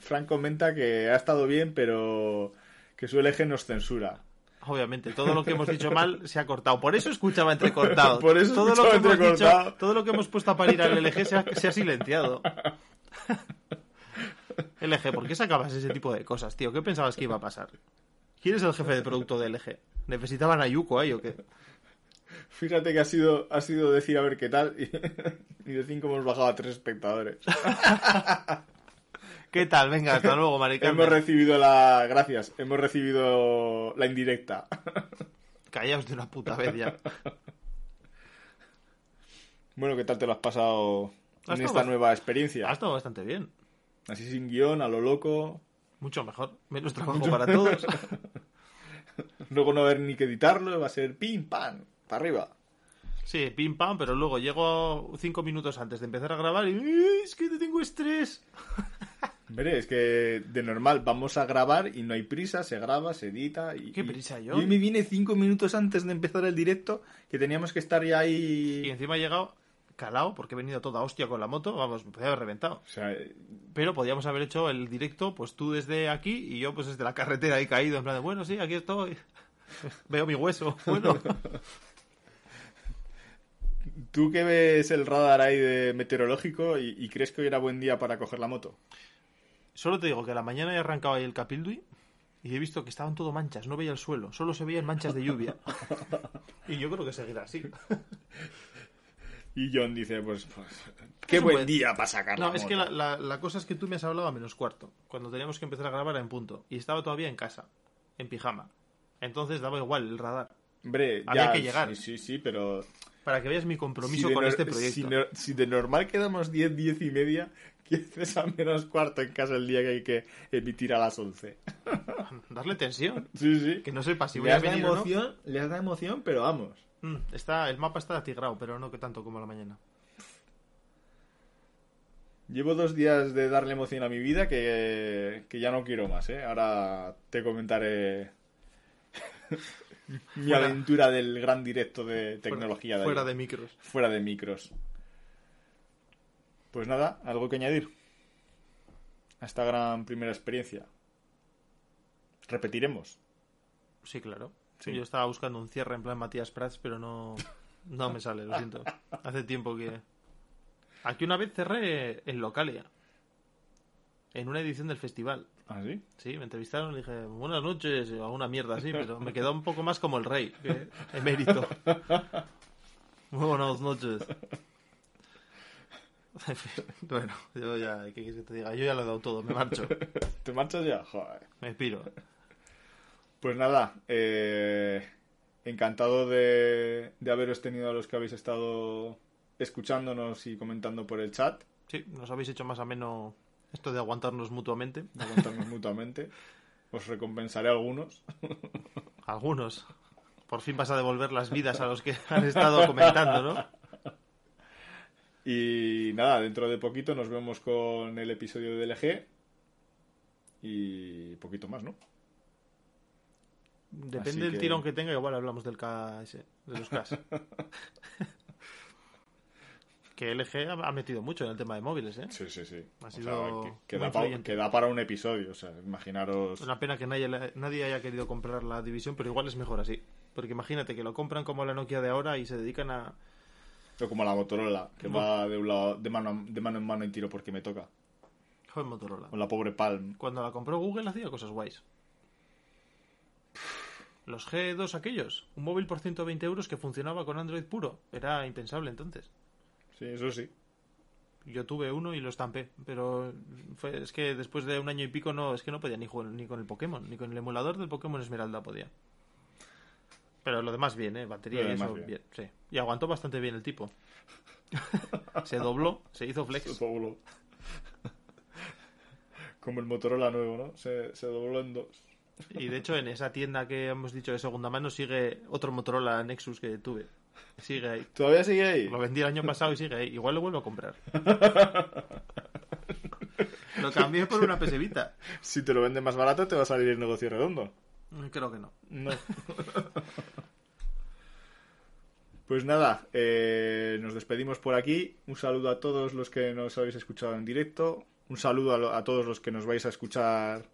Frank comenta que ha estado bien, pero que su LG nos censura. Obviamente, todo lo que hemos dicho mal se ha cortado. Por eso escuchaba entrecortado. Por eso todo lo escuchaba que hemos entrecortado. dicho- todo lo que hemos puesto a parir al LG se ha, se ha silenciado. [laughs] LG, ¿por qué sacabas ese tipo de cosas, tío? ¿Qué pensabas que iba a pasar? ¿Quién es el jefe de producto de LG? ¿Necesitaban a Yuko ahí o qué? Fíjate que ha sido, ha sido decir a ver qué tal y, y [laughs] de cinco hemos bajado a tres espectadores. ¿Qué tal? Venga, hasta luego, Hemos Maricarmen. recibido la... Gracias. Hemos recibido la indirecta. Callaos de una puta vez ya. Bueno, ¿qué tal te lo has pasado Ha en estado esta bast- nueva Ha experiencia? estado bastante bien. Así sin guión, a lo loco. Mucho mejor. Menos trabajo para todos. Luego no haber ni que editarlo, va a ser pim, pam, para arriba. [laughs] Sí, pim pam, pero luego llego cinco minutos antes de empezar a grabar y "Eh, es que tengo estrés. Veré, es que de normal vamos a grabar y no hay prisa, se graba, se edita. Y, ¿Qué y- prisa, yo? Yo me vine cinco minutos antes de empezar el directo, que teníamos que estar ya Y ahí. encima he llegado calao porque he venido toda hostia con la moto, vamos, me podía haber reventado. O sea, Pero podíamos haber hecho el directo, pues tú desde aquí y yo pues desde la carretera he caído, en plan de, bueno, sí, aquí estoy. [laughs] Veo mi hueso, [laughs] bueno. tú que ves el radar ahí de meteorológico y, y crees que hoy era buen día para coger la moto. Solo te digo que a la mañana he arrancado ahí el Capildui y he visto que estaban todo manchas, no veía el suelo, solo se veían manchas de lluvia. Y yo creo que seguirá así. Y John dice, pues, pues, qué un buen buen- día para sacar la No, es moto. que la, la- la cosa es que tú me has hablado a menos cuarto, cuando teníamos que empezar a grabar en punto, y estaba todavía en casa, en pijama. Entonces daba igual el radar. Hombre, Había ya, que llegar. Sí, sí, sí, pero Para que veas mi compromiso Si de con nor- este proyecto. Si, nor- si de normal quedamos 10, 10 y media, [laughs] ¿qué haces a menos cuarto en casa el día que hay que emitir a las 11? Darle tensión. [laughs] Sí, sí. Que no sepa si voy le a has dado venir o no. emoción, le has dado emoción, pero vamos. Mm, está, el mapa está atigrado, pero no que tanto como la mañana. Llevo dos días de darle emoción a mi vida que, que ya no quiero más, ¿eh? Ahora te comentaré [laughs] mi Fuera- aventura del gran directo de tecnología fuera, fuera de, de ayer. micros. fuera de micros. Pues nada, algo que añadir a esta gran primera experiencia. Repetiremos. Sí, claro. Sí. Yo estaba buscando un cierre en plan Matías Prats, pero no, no me sale, lo [laughs] siento. Hace tiempo que... Aquí una vez cerré en Localia, en una edición del festival. ¿Ah, sí? Sí, me entrevistaron y dije, buenas noches, o alguna mierda así, pero me quedó un poco más como el rey, que [laughs] emérito. Muy buenas noches. [laughs] Bueno, yo ya, ¿qué quieres que te diga? Yo ya lo he dado todo, me marcho, ¿Te marchas ya? Joder. me piro. Pues nada, eh, encantado de, de haberos tenido a los que habéis estado escuchándonos y comentando por el chat, Sí, nos habéis hecho más o menos esto de aguantarnos mutuamente. de contarnos mutuamente. Os recompensaré a algunos. Algunos. Por fin vas a devolver las vidas a los que han estado comentando, ¿no? Y nada, dentro de poquito nos vemos con el episodio de LG y poquito más, ¿no? Así Depende del que- tirón que tenga, igual hablamos del KS, de los [laughs] KS. que LG ha ha metido mucho en el tema de móviles, ¿eh? Sí, sí, sí. Ha O sido sea, que, que muy da pa- que da para, influyente. un episodio, o sea, imaginaros... Es una pena que nadie, la- nadie haya querido comprar la división, pero igual es mejor así. Porque imagínate que lo compran como la Nokia de ahora y se dedican a... o como la Motorola, que Mo- va de, un lado, de, mano, a- de mano en mano y tiro porque me toca. Joder, Motorola. Con la pobre Palm. Cuando la compró Google hacía cosas guays. Los G2 aquellos, un móvil por 120 euros que funcionaba con Android puro. Era impensable entonces. Sí, eso sí. Yo tuve uno y lo estampé, pero fue- es que después de un año y pico no, es que no podía ni jugar ni con el Pokémon, ni con el emulador del Pokémon Esmeralda podía. Pero lo demás bien, eh, batería Lo y demás eso bien. bien, sí. Y aguantó bastante bien el [laughs] tipo. se dobló, se hizo flex. Se dobló. [laughs] Como el Motorola nuevo, ¿no? Se, se dobló en dos. Y de hecho, en esa tienda que hemos dicho de segunda mano sigue otro Motorola Nexus que tuve. Sigue ahí. ¿Todavía sigue ahí? Lo vendí el año pasado y sigue ahí. Igual lo vuelvo a [laughs] comprar. lo cambié por una pesevita. Si te lo venden más barato, te va a salir el negocio redondo. Creo que no. No. [laughs] Pues nada, eh, nos despedimos por aquí. Un saludo a todos los que nos habéis escuchado en directo. Un saludo a, lo- a todos los que nos vais a escuchar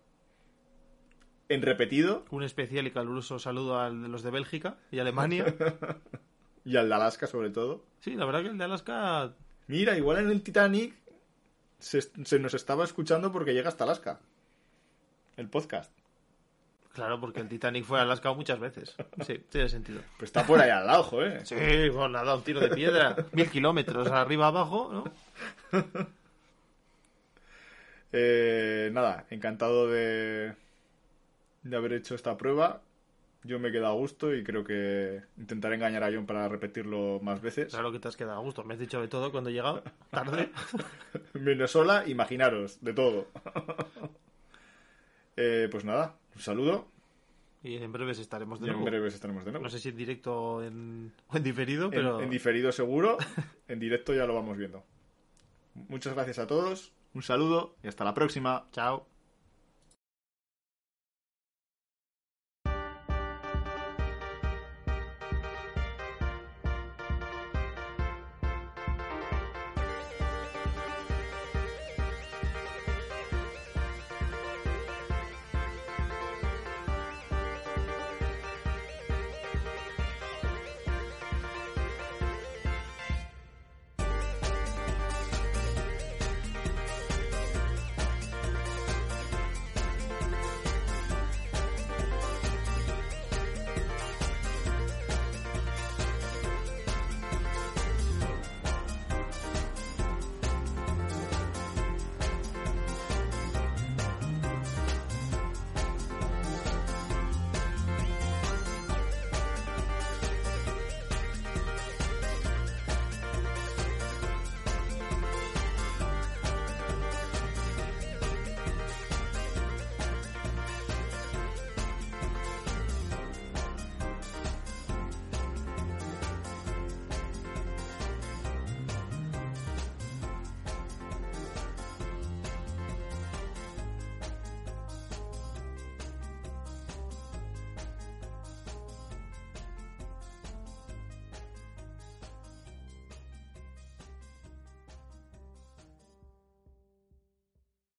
en repetido. Un especial y caluroso saludo a los de Bélgica y [laughs] Alemania. Y al de Alaska, sobre todo. Sí, la verdad que el de Alaska. Mira, igual en el Titanic se, se nos estaba escuchando porque llega hasta Alaska. El podcast. Claro, porque el Titanic fue a Alaska muchas veces. Sí, tiene sentido. Pero Pues está por ahí al lado, joder. Sí, bueno, nada, un tiro de piedra. Mil kilómetros arriba, abajo, ¿no? Eh, nada, encantado de, de haber hecho esta prueba. Yo me quedo a gusto y creo que intentaré engañar a John para repetirlo más veces. Claro que te has quedado a gusto. Me has dicho de todo cuando he llegado. Tarde. [laughs] Venezuela, imaginaros, de todo. [laughs] Eh, pues nada, un saludo Y en breves estaremos de y en nuevo. breves estaremos de nuevo. No sé si en directo o en, o en diferido, En- pero en, diferido seguro, en directo ya lo vamos viendo. Muchas gracias a todos, un saludo y hasta la próxima. chao.